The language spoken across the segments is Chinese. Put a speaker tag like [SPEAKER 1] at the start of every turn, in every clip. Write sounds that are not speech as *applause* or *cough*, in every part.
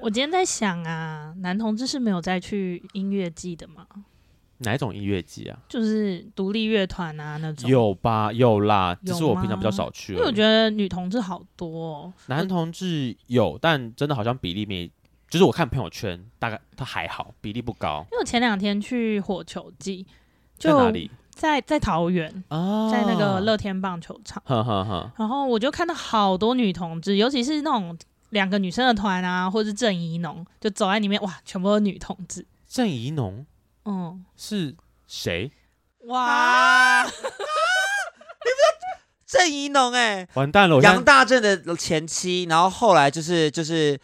[SPEAKER 1] 我今天在想啊，男同志是没有再去音乐季的嘛，
[SPEAKER 2] 哪一种音乐季啊？
[SPEAKER 1] 就是独立乐团啊那种。，
[SPEAKER 2] 有吧，有啦，只
[SPEAKER 1] 有
[SPEAKER 2] 是我平常比较
[SPEAKER 1] 吗
[SPEAKER 2] 少去而已。
[SPEAKER 1] 因为我觉得女同志好多、哦，
[SPEAKER 2] 男同志有，但真的好像比例没，就是我看朋友圈，大概他还好，比例不高。
[SPEAKER 1] 因为我前两天去火球季，
[SPEAKER 2] 在
[SPEAKER 1] 就
[SPEAKER 2] 哪里
[SPEAKER 1] 在在桃园，
[SPEAKER 3] 哦
[SPEAKER 2] 啊？
[SPEAKER 1] 在那个，乐天棒球场，
[SPEAKER 2] 呵呵呵，
[SPEAKER 1] 然后我就看到好多女同志，尤其是那种两个女生的团啊，或者是郑怡农，就走在里面，哇，全部都是女同志，
[SPEAKER 2] 郑怡农
[SPEAKER 1] 嗯，
[SPEAKER 2] 是谁？
[SPEAKER 1] 哇，
[SPEAKER 3] 啊！你不要郑怡农哎，
[SPEAKER 2] 完蛋了，我现
[SPEAKER 3] 杨
[SPEAKER 2] 在
[SPEAKER 3] 大正的前妻，然后后来就是就是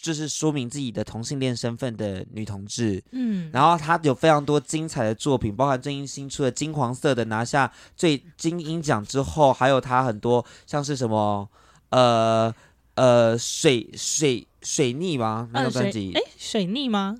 [SPEAKER 3] 就是说明自己的同性恋身份的女同志。
[SPEAKER 1] 嗯，
[SPEAKER 3] 然后她有非常多精彩的作品，包含最近新出的《金黄色的》拿下最金鹰奖之后，还有她很多像是什么呃呃水水水逆吗？
[SPEAKER 1] 嗯
[SPEAKER 2] 呃
[SPEAKER 3] 那张专
[SPEAKER 1] 水
[SPEAKER 3] 辑，
[SPEAKER 1] 哎、水逆吗？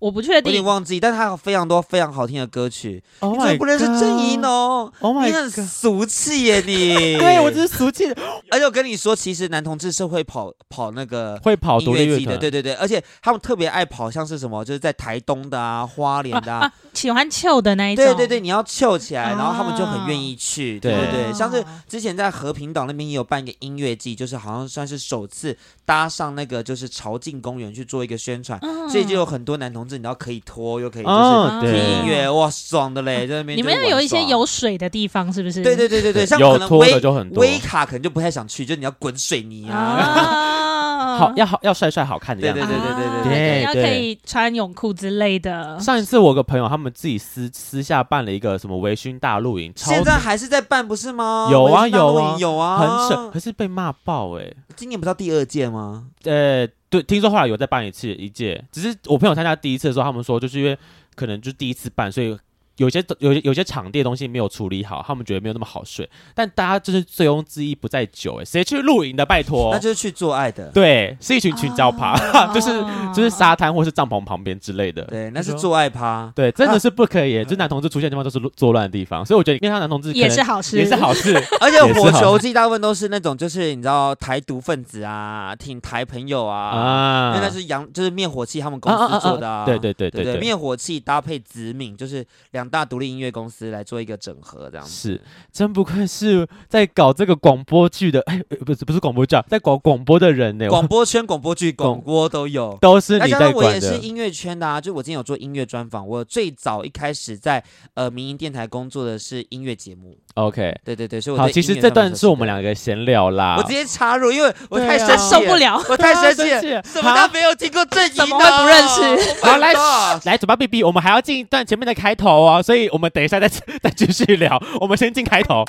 [SPEAKER 1] 我不确
[SPEAKER 3] 我有点
[SPEAKER 1] 定，
[SPEAKER 3] 忘记，但她有非常多非常好听的歌曲。
[SPEAKER 2] ，Oh
[SPEAKER 3] 你怎
[SPEAKER 2] my
[SPEAKER 3] 么不认识郑怡农？
[SPEAKER 2] ？Oh my
[SPEAKER 3] 你
[SPEAKER 2] god！
[SPEAKER 3] 很俗气耶，你。
[SPEAKER 2] *laughs* 对我只是俗气的，
[SPEAKER 3] *laughs* 而且我跟你说，其实男同志是会跑跑那个
[SPEAKER 2] 会跑
[SPEAKER 3] 音
[SPEAKER 2] 独立
[SPEAKER 3] 乐
[SPEAKER 2] 乐
[SPEAKER 3] 季的，
[SPEAKER 2] 团，
[SPEAKER 3] 对对对，而且他们特别爱跑，像是什么，就是在台东的啊、花莲
[SPEAKER 2] *laughs*
[SPEAKER 3] 的
[SPEAKER 1] 啊，喜欢旧的那一种，
[SPEAKER 3] 对对对，你要凑起来，然后他们就很
[SPEAKER 1] 啊
[SPEAKER 3] 愿意去，
[SPEAKER 2] 对
[SPEAKER 3] 对对对，像是
[SPEAKER 1] 啊
[SPEAKER 3] 之前在和平岛那边也有办一个音乐季，就是好像算是首次搭上那个就是朝境公园去做一个宣传，
[SPEAKER 1] 嗯
[SPEAKER 3] 所以就有很多男同志，你知道可以拖又可以就是
[SPEAKER 2] 哦，
[SPEAKER 1] 就是
[SPEAKER 3] 听
[SPEAKER 1] 对
[SPEAKER 3] 音乐，哇，爽的嘞，在那
[SPEAKER 2] 嗯
[SPEAKER 3] 边
[SPEAKER 1] 你们
[SPEAKER 3] 就是
[SPEAKER 1] 要有
[SPEAKER 3] 玩
[SPEAKER 1] 一些
[SPEAKER 3] 耍
[SPEAKER 1] 有水的地方，是不是？
[SPEAKER 3] 对对对对对，像可
[SPEAKER 2] 有
[SPEAKER 3] 能
[SPEAKER 2] 拖的
[SPEAKER 3] 威
[SPEAKER 2] 就很多，
[SPEAKER 3] 威卡可能就不太想去，就是你要滚水泥啊，
[SPEAKER 1] 啊
[SPEAKER 2] 好要好要帅帅好看的
[SPEAKER 3] 对
[SPEAKER 2] 样
[SPEAKER 3] 对
[SPEAKER 2] 子。
[SPEAKER 3] 对对对对
[SPEAKER 2] 对对
[SPEAKER 1] 要可以穿泳裤之类
[SPEAKER 3] 啊
[SPEAKER 1] 的。
[SPEAKER 2] 上一次我有个朋友，他们自己私私下办了一个什么微醺大露营，超
[SPEAKER 3] 现在还是在办不是吗？
[SPEAKER 2] 有啊
[SPEAKER 3] 微醺大露
[SPEAKER 2] 有啊
[SPEAKER 3] 营有啊，
[SPEAKER 2] 很扯，可是被骂爆哎、
[SPEAKER 3] 今年不到第二届吗？
[SPEAKER 2] 呃，对，听说后来有再办一次一届，只是我朋友参加第一次的时候，他们说就是因为可能就第一次办，所以有些有些有些场地的东西没有处理好，他们觉得没有那么好睡。但大家就是醉翁之意不在酒、哎，谁去露营的？拜托
[SPEAKER 3] 那，就是哦去做爱的。
[SPEAKER 2] 对，是一群群交趴，
[SPEAKER 1] 啊
[SPEAKER 2] *laughs* 就是就是沙滩或是帐篷旁边之类的。
[SPEAKER 3] 对，那
[SPEAKER 2] 你
[SPEAKER 3] 是
[SPEAKER 2] 说
[SPEAKER 3] 做爱趴。
[SPEAKER 2] 对，真的是不可以、欸就是男同志出现的地方都是作乱的地方，所以我觉得面向男同志可
[SPEAKER 1] 也是
[SPEAKER 2] 能
[SPEAKER 1] 好事，
[SPEAKER 2] 也是。好
[SPEAKER 3] *laughs*
[SPEAKER 2] 事。
[SPEAKER 3] 而且
[SPEAKER 2] 也是
[SPEAKER 3] 火
[SPEAKER 2] 好
[SPEAKER 3] 球季大部分都是那种，就是你知道台独分子啊，挺台朋友啊，因
[SPEAKER 2] 啊
[SPEAKER 3] 为那是洋，就是灭火器他们公司做的啊。
[SPEAKER 2] 对对对
[SPEAKER 3] 对
[SPEAKER 2] 对对，
[SPEAKER 3] 灭火器搭配子敏，就是两大独立音乐公司来做一个整合，这样子。
[SPEAKER 2] 是，真不愧是在搞这个广播剧的，哎，呃不是不是广播剧啊，在搞广播的人呢，我
[SPEAKER 3] 广播圈、广播剧、
[SPEAKER 2] 广
[SPEAKER 3] 广播都有。
[SPEAKER 2] 都是
[SPEAKER 3] 那
[SPEAKER 2] 你
[SPEAKER 3] 加
[SPEAKER 2] 在
[SPEAKER 3] 上我也
[SPEAKER 2] 管
[SPEAKER 3] 是
[SPEAKER 2] 的。
[SPEAKER 3] 音乐圈的啊，就我之前有做音乐专访，我最早一开始在呃民营电台工作的是音乐节目，
[SPEAKER 2] OK，
[SPEAKER 3] 对对对，所以我
[SPEAKER 2] 好，
[SPEAKER 3] 对
[SPEAKER 2] 其
[SPEAKER 3] 音
[SPEAKER 2] 实这
[SPEAKER 3] 乐上面
[SPEAKER 2] 段
[SPEAKER 3] 是
[SPEAKER 2] 是我
[SPEAKER 3] 的
[SPEAKER 2] 们两个闲聊啦。
[SPEAKER 3] 我直接插入，因为我
[SPEAKER 2] 对
[SPEAKER 3] 太
[SPEAKER 2] 啊
[SPEAKER 3] 生气
[SPEAKER 1] 受不
[SPEAKER 3] 了，
[SPEAKER 1] 了，
[SPEAKER 3] 我太生气了，
[SPEAKER 2] 了
[SPEAKER 3] 什么都没有听过郑怡
[SPEAKER 1] 怎
[SPEAKER 3] 农，
[SPEAKER 1] 么会不认识
[SPEAKER 3] Oh my
[SPEAKER 2] 好来
[SPEAKER 3] God *laughs*
[SPEAKER 2] 来，嘴巴闭闭，我们还要进一段前面的开头哦，所以我们等一下再再继续聊。 *laughs* 我们先进开头。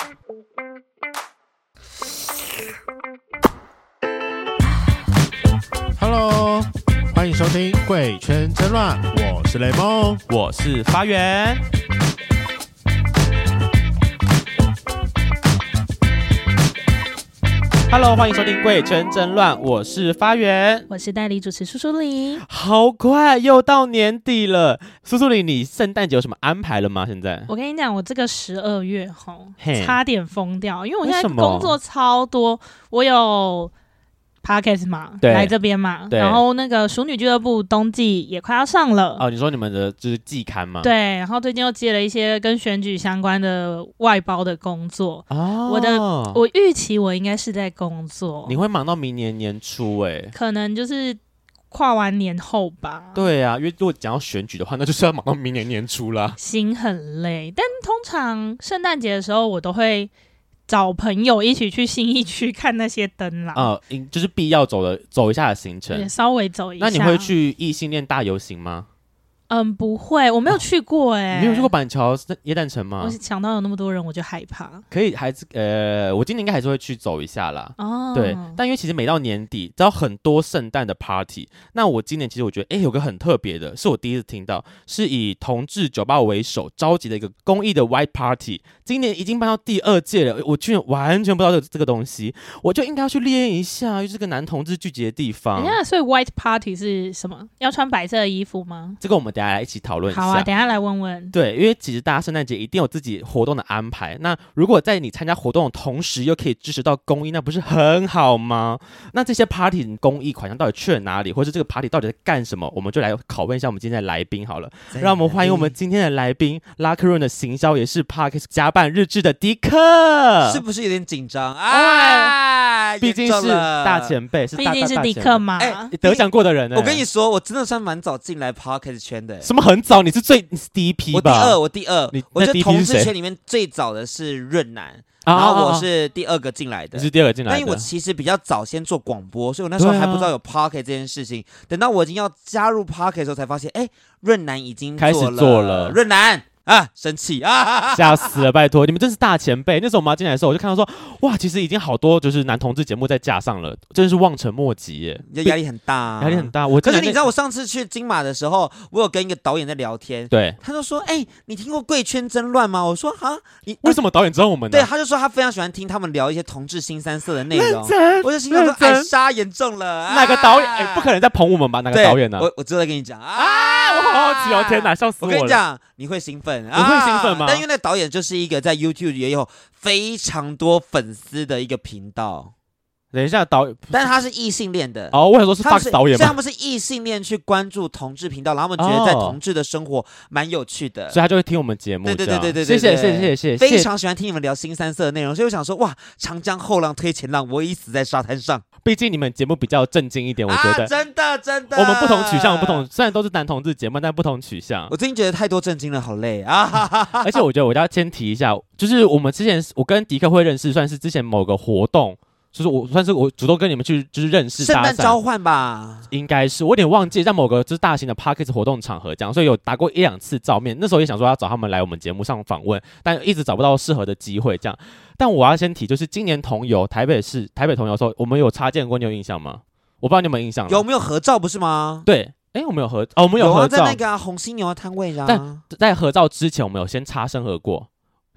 [SPEAKER 4] Hello，欢迎收听《贵圈争乱》，我是雷梦。
[SPEAKER 2] 我是发源，Hello，欢迎收听《贵圈争乱》，我是发源。
[SPEAKER 1] 我是代理主持苏苏玲，
[SPEAKER 2] 好快，又到年底了。苏苏里，你圣诞节有什么安排了吗？现在？
[SPEAKER 1] 我跟你讲，我这个十二月吼
[SPEAKER 2] 嘿，
[SPEAKER 1] 差点疯掉，因为我现在
[SPEAKER 2] 为什么
[SPEAKER 1] 工作超多，我有 podcast 嘛，
[SPEAKER 2] 对
[SPEAKER 1] 来这边嘛，
[SPEAKER 2] 对
[SPEAKER 1] 然后那个熟女俱乐部冬季也快要上了，
[SPEAKER 2] 哦，你说你们的就是季刊吗？
[SPEAKER 1] 对，然后最近又接了一些跟选举相关的外包的工作，
[SPEAKER 2] 哦，
[SPEAKER 1] 我的我预期我应该是在工作，
[SPEAKER 2] 你会忙到明年年初哎、
[SPEAKER 1] 可能就是跨完年后吧。，
[SPEAKER 2] 对啊，因为如果讲到选举的话，那就是要忙到明年年初啦。
[SPEAKER 1] 心很累，但通常圣诞节的时候，我都会找朋友一起去新一区看那些灯啦，
[SPEAKER 2] 啊、嗯，就是必要走的走一下的行
[SPEAKER 1] 也
[SPEAKER 2] 程。
[SPEAKER 1] 稍微走一下。
[SPEAKER 2] 那你会？去异性恋大游行吗？
[SPEAKER 1] 嗯，不会，我没有去过哎、
[SPEAKER 2] 啊你没有去过。板桥那耶诞城吗
[SPEAKER 1] 我？想到有那么多人，我就害怕。
[SPEAKER 2] 可以，还是呃，我今年应该还是会去走一下啦。
[SPEAKER 1] 哦，
[SPEAKER 2] 对，但因为其实每到年底，只要很多圣诞的 party，那我今年其实我觉得，诶，有个很特别的，是我第一次听到，是以同志酒吧为首召集的一个公益的 white party，今年已经办到第二届了，我居然完全不知道这这个东西，我就应该要去练一下，就是个男同志聚集的地方
[SPEAKER 1] 哦人。家所以 White Party 是什么？要穿白色的衣服吗？
[SPEAKER 2] 这个我们等一下来一起讨论一下。
[SPEAKER 1] 好啊，等一下来问问。
[SPEAKER 2] 对，因为其实大家圣诞节一定有自己活动的安排。那如果在你参加活动的同时，又可以支持到公益，那不是很好吗？那这些 party 公益款项到底去了哪里，或是这个 party 到底在干什么？我们就来拷问一下我们今天的来宾好了。让我们欢迎我们今天的来宾，拉克润的行销也是 Parkes 加办日志的迪克。
[SPEAKER 3] 是不是有点紧张啊？
[SPEAKER 2] 毕竟
[SPEAKER 3] 严重
[SPEAKER 2] 是
[SPEAKER 3] 了
[SPEAKER 2] 大。前辈，是
[SPEAKER 1] 毕
[SPEAKER 2] 大
[SPEAKER 1] 竟是
[SPEAKER 2] 大大
[SPEAKER 1] 迪
[SPEAKER 2] 前
[SPEAKER 1] 克嘛，
[SPEAKER 3] 哎
[SPEAKER 2] 辈得奖过的人、欸。
[SPEAKER 3] 我跟你说，我真的算蛮早进来 podcast 圈的、欸。欸
[SPEAKER 2] 什么很早，你是最你是第一批吧？
[SPEAKER 3] 我第二，我第二
[SPEAKER 2] 你，
[SPEAKER 3] 我觉
[SPEAKER 2] 那第
[SPEAKER 3] 得
[SPEAKER 2] 一批
[SPEAKER 3] 同
[SPEAKER 2] 是谁
[SPEAKER 3] 志圈里面最早的是润南，
[SPEAKER 2] 啊，
[SPEAKER 3] 然后我
[SPEAKER 2] 啊啊
[SPEAKER 3] 是第二个进来的
[SPEAKER 2] 你。是第二个进来的。
[SPEAKER 3] 但因为我其实比较早先做广播，所以我那时候
[SPEAKER 2] 对啊
[SPEAKER 3] 还不知道有 p o c k e t 这件事情。等到我已经要加入 p o c k e t 的时候，才发现，哎，润南已经
[SPEAKER 2] 开始
[SPEAKER 3] 做
[SPEAKER 2] 做了
[SPEAKER 3] 润南啊，生气啊！
[SPEAKER 2] 吓死了，拜托！你们真是大前辈。那时候我妈进来的时候，我就看到说，哇，其实已经好多就是男同志节目在架上了，真是望尘莫及耶，
[SPEAKER 3] 就压力很大啊，
[SPEAKER 2] 压力很大。我
[SPEAKER 3] 可
[SPEAKER 2] 真
[SPEAKER 3] 是
[SPEAKER 2] 的
[SPEAKER 3] 你知道，我上次去金马的时候，我有跟一个导演在聊天，
[SPEAKER 2] 对，
[SPEAKER 3] 他就说：“哎、你听过《贵圈争乱》吗？”我说：“哈，你啊
[SPEAKER 2] 为什么导演知道我们呢？
[SPEAKER 3] 对，他就说他非常喜欢听他们聊一些同志新三色的内容。
[SPEAKER 2] 真
[SPEAKER 3] 我就心想说
[SPEAKER 2] 认：“真
[SPEAKER 3] 哎，杀严重了，
[SPEAKER 2] 哪个导演？
[SPEAKER 3] 哦啊
[SPEAKER 2] 哎，不可能在捧我们吧？哪个
[SPEAKER 3] 对
[SPEAKER 2] 导演呢？
[SPEAKER 3] 我我之后再跟你讲啊
[SPEAKER 2] 啊，我好好奇哦！天哪，！笑死
[SPEAKER 3] 我跟你
[SPEAKER 2] 了！
[SPEAKER 3] 讲，你会兴奋，
[SPEAKER 2] 我会兴奋吗
[SPEAKER 3] 啊但因为那个导演就是一个在 YouTube 也有非常多粉丝的一个频道，
[SPEAKER 2] 等一下，导演
[SPEAKER 3] 但他是异性恋的
[SPEAKER 2] 哦，我想说是
[SPEAKER 3] 他们
[SPEAKER 2] Fox
[SPEAKER 3] 是
[SPEAKER 2] 导演
[SPEAKER 3] 所以他
[SPEAKER 2] 嘛，
[SPEAKER 3] 们是异性恋去关注同志频道，然后他们觉得在
[SPEAKER 2] 哦
[SPEAKER 3] 同志的生活蛮有趣的。
[SPEAKER 2] 所以他就会听我们节目。
[SPEAKER 3] 对对
[SPEAKER 2] 这样
[SPEAKER 3] 对对
[SPEAKER 2] 谢
[SPEAKER 3] 对对
[SPEAKER 2] 谢
[SPEAKER 3] 对
[SPEAKER 2] 谢谢谢谢谢
[SPEAKER 3] 非
[SPEAKER 2] 谢。
[SPEAKER 3] 常喜欢听你们聊新三色的内容，所以我想说，哇，长江后浪推前浪，我已死在沙滩上。
[SPEAKER 2] 毕竟你们节目比较正经一 *laughs* 点，我觉
[SPEAKER 3] 啊、
[SPEAKER 2] 得
[SPEAKER 3] 真的真的，
[SPEAKER 2] 我们不同取向，不同。虽然都是男同志节目，但不同取向。
[SPEAKER 3] 我最近觉得太多震惊了，好累啊！哈哈 *laughs* 哈
[SPEAKER 2] 而且我觉得我要先提一下，就是我们之前我跟迪克会认识，算是之前某个活动，就是我算是我主动跟你们去就是认识
[SPEAKER 3] 圣
[SPEAKER 2] 搭
[SPEAKER 3] 诞交
[SPEAKER 2] 讪，
[SPEAKER 3] 换吧，
[SPEAKER 2] 应该是我有点忘记在某个就是大型的 p a r k e s 活动场合这样，所以有打过一两次照面。那时候也想说要找他们来我们节目上访问，但一直找不到适合的机会这样。但我要先提，就是今年同游台北市台北同游的时候，我们有插件过，你有印象吗？我不知道你有没有印象啦。哦
[SPEAKER 3] 有没有合照不是吗？
[SPEAKER 2] 对，哎，我们有合哦，我们有
[SPEAKER 3] 啊
[SPEAKER 2] 合
[SPEAKER 3] 在
[SPEAKER 2] 照，
[SPEAKER 3] 那个、啊、红犀牛的摊位啊。
[SPEAKER 2] 但在合照之前，我们有先擦身而过，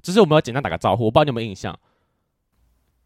[SPEAKER 2] 只是我们要简单打个招呼，我不知道你有没有印象。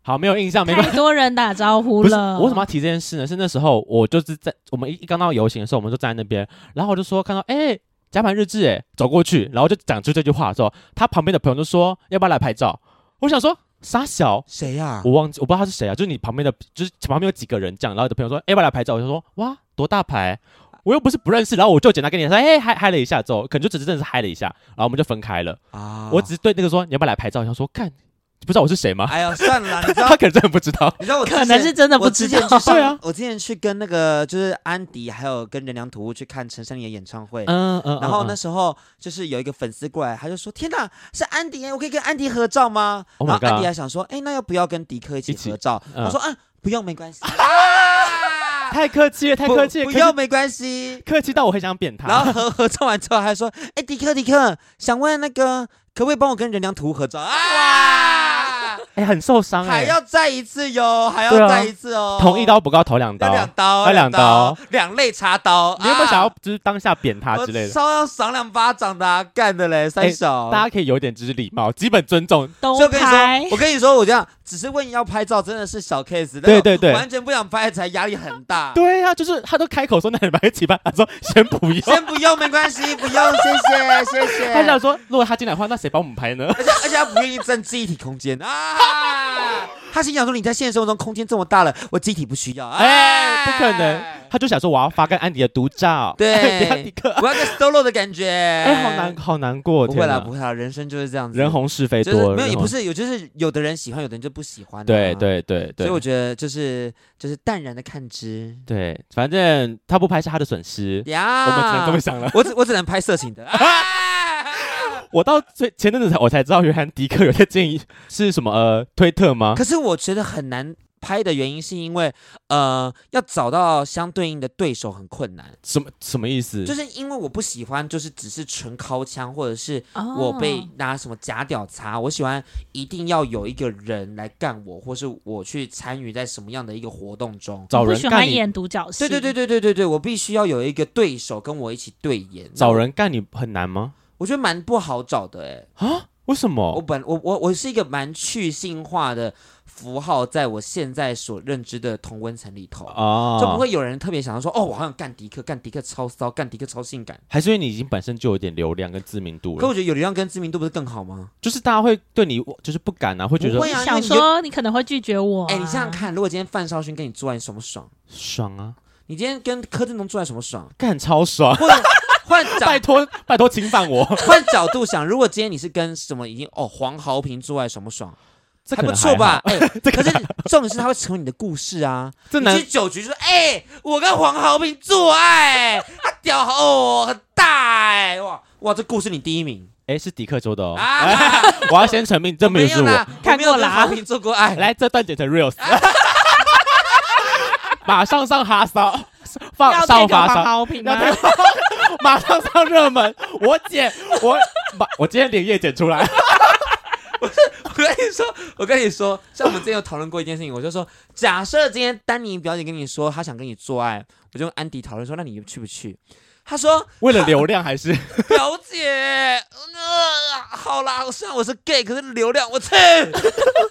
[SPEAKER 2] 好，没有印象，没关
[SPEAKER 1] 太
[SPEAKER 2] 系。
[SPEAKER 1] 多人打招呼
[SPEAKER 2] 不是，
[SPEAKER 1] 了。
[SPEAKER 2] 我为什么要提这件事呢？是那时候我就是在我们一一刚到游行的时候，我们就站在那边，然后我就说看到哎、甲板日志哎，走过去，然后就讲出这句话的时候，他旁边的朋友就说要不要来拍照？我想说傻小，
[SPEAKER 3] 谁呀、
[SPEAKER 2] 我忘记我不知道他是谁啊，就是你旁边的，就是旁边有几个人这样，然后你的朋友说哎要不要来拍照？我就说哇多大牌，我又不是不认识，然后我就简单跟你说哎嗨嗨了一下之后，可能就只是真的是嗨了一下，然后我们就分开了。
[SPEAKER 3] 啊
[SPEAKER 2] 我只是对那个说你要不要来拍照，他说看，你不知道我是谁吗？ *laughs*
[SPEAKER 3] 哎呀，算了啦，你知道
[SPEAKER 2] 他可能真的不知道。
[SPEAKER 3] 你知道我之前
[SPEAKER 1] 可能是真的不知道
[SPEAKER 3] 我之前去上
[SPEAKER 2] 对啊
[SPEAKER 3] 我之前去跟那个就是安迪，还有跟人梁土物去看陈珊妮的演唱会。
[SPEAKER 2] *laughs* 嗯嗯
[SPEAKER 3] 然后那？时候就是有一个粉丝过来，他就说：“天哪，是安迪耶，我可以跟安迪合照吗？”
[SPEAKER 2] Oh my
[SPEAKER 3] 然后安
[SPEAKER 2] god
[SPEAKER 3] 迪还想说：“哎，那要不要跟迪克一
[SPEAKER 2] 一
[SPEAKER 3] 起
[SPEAKER 2] 起
[SPEAKER 3] 合照？”
[SPEAKER 2] 嗯
[SPEAKER 3] 我说：“啊，不用，没关系，
[SPEAKER 2] 太客气 *laughs* 了，太
[SPEAKER 3] 不
[SPEAKER 2] 客气了，
[SPEAKER 3] 不
[SPEAKER 2] 可是
[SPEAKER 3] 用，没关系。
[SPEAKER 2] 客气到我很想扁”他。
[SPEAKER 3] 然后合合照完之后，还说：“哎，迪克，迪克，想问那个可不可以帮我跟人梁土物合照啊？”
[SPEAKER 2] 哎，很受伤
[SPEAKER 3] 还
[SPEAKER 2] 哎，
[SPEAKER 3] 要再一次哟，还
[SPEAKER 2] 对啊
[SPEAKER 3] 要再一次哦，
[SPEAKER 2] 捅一刀不够头两
[SPEAKER 3] 要
[SPEAKER 2] 刀。
[SPEAKER 3] 两刀，
[SPEAKER 2] 要两刀，
[SPEAKER 3] 两肋插刀。
[SPEAKER 2] 你有没有
[SPEAKER 3] 啊
[SPEAKER 2] 想要就是当下扁他之类
[SPEAKER 3] 我
[SPEAKER 2] 的？
[SPEAKER 3] 稍要赏两巴掌的啊，干的嘞，
[SPEAKER 2] 哎
[SPEAKER 3] 三小。
[SPEAKER 2] 大家可以有点就是礼貌，基本尊重。
[SPEAKER 1] 都
[SPEAKER 3] 所以我跟你
[SPEAKER 1] 拍
[SPEAKER 3] 说，？我跟你说，我这样只是问要拍照，真的是小 case。
[SPEAKER 2] 对对对
[SPEAKER 3] 完全不想拍才压力很大。
[SPEAKER 2] 对啊呀，就是他都开口说那你们一起吧，他说先不用。
[SPEAKER 3] 先不用，没关系，不用，谢谢谢谢。
[SPEAKER 2] 他想说，如果他进来的话，那谁帮我们拍呢？
[SPEAKER 3] 而且而且他不愿意占记忆体空间啊！他心想说：“你在现实生活中空间这么大了，我记忆体不需要。”
[SPEAKER 2] 哎，不可能。他就想说，我要发跟安迪的独照。 *laughs*
[SPEAKER 3] 对
[SPEAKER 2] 哎不要迪克。
[SPEAKER 3] 我要个 solo 的感觉。哎
[SPEAKER 2] 哎，好难，好难过。
[SPEAKER 3] 不会
[SPEAKER 2] 天
[SPEAKER 3] 啦，
[SPEAKER 2] 哪
[SPEAKER 3] 不会啦，人生就是这样子，
[SPEAKER 2] 人红是非
[SPEAKER 3] 就是
[SPEAKER 2] 多，
[SPEAKER 3] 没有，也
[SPEAKER 2] 人红
[SPEAKER 3] 不是有，就是有的人喜欢，有的人就不喜欢、啊
[SPEAKER 2] 对。对对
[SPEAKER 3] 所
[SPEAKER 2] 对
[SPEAKER 3] 以我觉得就是就是淡然的看之
[SPEAKER 2] 对，反正他不拍是他的损失，
[SPEAKER 3] 呀。
[SPEAKER 2] 我们只能这么想了。
[SPEAKER 3] 我只我只能拍色情的。
[SPEAKER 2] *laughs*
[SPEAKER 3] 啊
[SPEAKER 2] 我到最前阵子才我才知道，原来迪克有在建议是什么呃推特吗？
[SPEAKER 3] 可是我觉得很难拍的原因是因为呃，要找到相对应的对手很困难，
[SPEAKER 2] 什么什么意思？
[SPEAKER 3] 就是因为我不喜欢就是只是纯掏枪，或者是
[SPEAKER 1] 哦
[SPEAKER 3] 我被拿什么假屌擦，我喜欢一定要有一个人来干我，或是我去参与在什么样的一个活动中。
[SPEAKER 2] 找
[SPEAKER 1] 不
[SPEAKER 2] 人
[SPEAKER 1] 喜
[SPEAKER 2] 干
[SPEAKER 1] 欢
[SPEAKER 2] 你，
[SPEAKER 1] 演独角戏。
[SPEAKER 3] 对对对对对对对，我必须要有一个对手跟我一起对演。
[SPEAKER 2] 找人干你很难吗？
[SPEAKER 3] 我觉得蛮不好找的哎、
[SPEAKER 2] 啊，为什
[SPEAKER 3] 我
[SPEAKER 2] 么？
[SPEAKER 3] 本我我我是一个蛮去性化的符号，在我现在所认知的同温层里头，
[SPEAKER 2] 啊，
[SPEAKER 3] 就不会有人特别想要说，哦，我好想干迪克，干迪克超骚，干迪克超性感。
[SPEAKER 2] 还是因为你已经本身就有点流量跟知名度
[SPEAKER 3] 可
[SPEAKER 2] 了
[SPEAKER 3] 我，觉得有流量跟知名度不是更好吗？
[SPEAKER 2] 就是大家会对你就是不敢啊，会觉得
[SPEAKER 3] 不会啊
[SPEAKER 1] 想说你可能会拒绝我、啊。
[SPEAKER 3] 哎、你想想，看，如果今天范少勋跟你做爱，你爽不爽？
[SPEAKER 2] 爽啊，
[SPEAKER 3] 你今天跟柯震东做爱，爽不爽？ *laughs*
[SPEAKER 2] 干超爽，
[SPEAKER 3] 或者换
[SPEAKER 2] 拜
[SPEAKER 3] 角
[SPEAKER 2] 托拜托侵犯我，
[SPEAKER 3] 换角度想，如果今天你是跟什么已经哦黄豪平做爱，爽不爽？
[SPEAKER 2] 这可
[SPEAKER 3] 还不
[SPEAKER 2] 能
[SPEAKER 3] 错
[SPEAKER 2] 还好？
[SPEAKER 3] 吧？哎、 *laughs* 可是重点是他会成为你的故事啊。
[SPEAKER 2] *laughs* 这
[SPEAKER 3] 你
[SPEAKER 2] 男
[SPEAKER 3] 去酒局说，哎、我跟黄豪平做爱、他屌好哦很大哎、哇哇，这故事你第一名
[SPEAKER 2] 哎是迪克州的哦，
[SPEAKER 3] 啊！
[SPEAKER 2] 我要先承认 *laughs* 这没有
[SPEAKER 3] 没
[SPEAKER 2] 是
[SPEAKER 3] 有啦
[SPEAKER 2] 我，
[SPEAKER 1] 看过
[SPEAKER 3] 了，
[SPEAKER 1] 啦
[SPEAKER 2] 啊
[SPEAKER 3] 豪平做过爱，
[SPEAKER 2] 来这段剪成
[SPEAKER 3] *laughs*
[SPEAKER 2] reels，马上上哈骚，放
[SPEAKER 1] 要
[SPEAKER 2] 上
[SPEAKER 1] 这个
[SPEAKER 2] 发烧
[SPEAKER 1] 发。好评
[SPEAKER 2] 要
[SPEAKER 1] 吗？
[SPEAKER 2] 太
[SPEAKER 3] *laughs*
[SPEAKER 2] 马上上热门，我剪我把我今天连夜剪出
[SPEAKER 3] *laughs*
[SPEAKER 2] 来，
[SPEAKER 3] 我跟你说，我跟你说，像我们之前有讨论过一件事情，我就说，假设今天丹尼表姐跟你说她想跟你做爱，我就跟安迪讨论说，那你去不去？他说
[SPEAKER 2] 为了流量还是
[SPEAKER 3] 表姐，呃，好啦，虽然我是 gay，可是流量我去，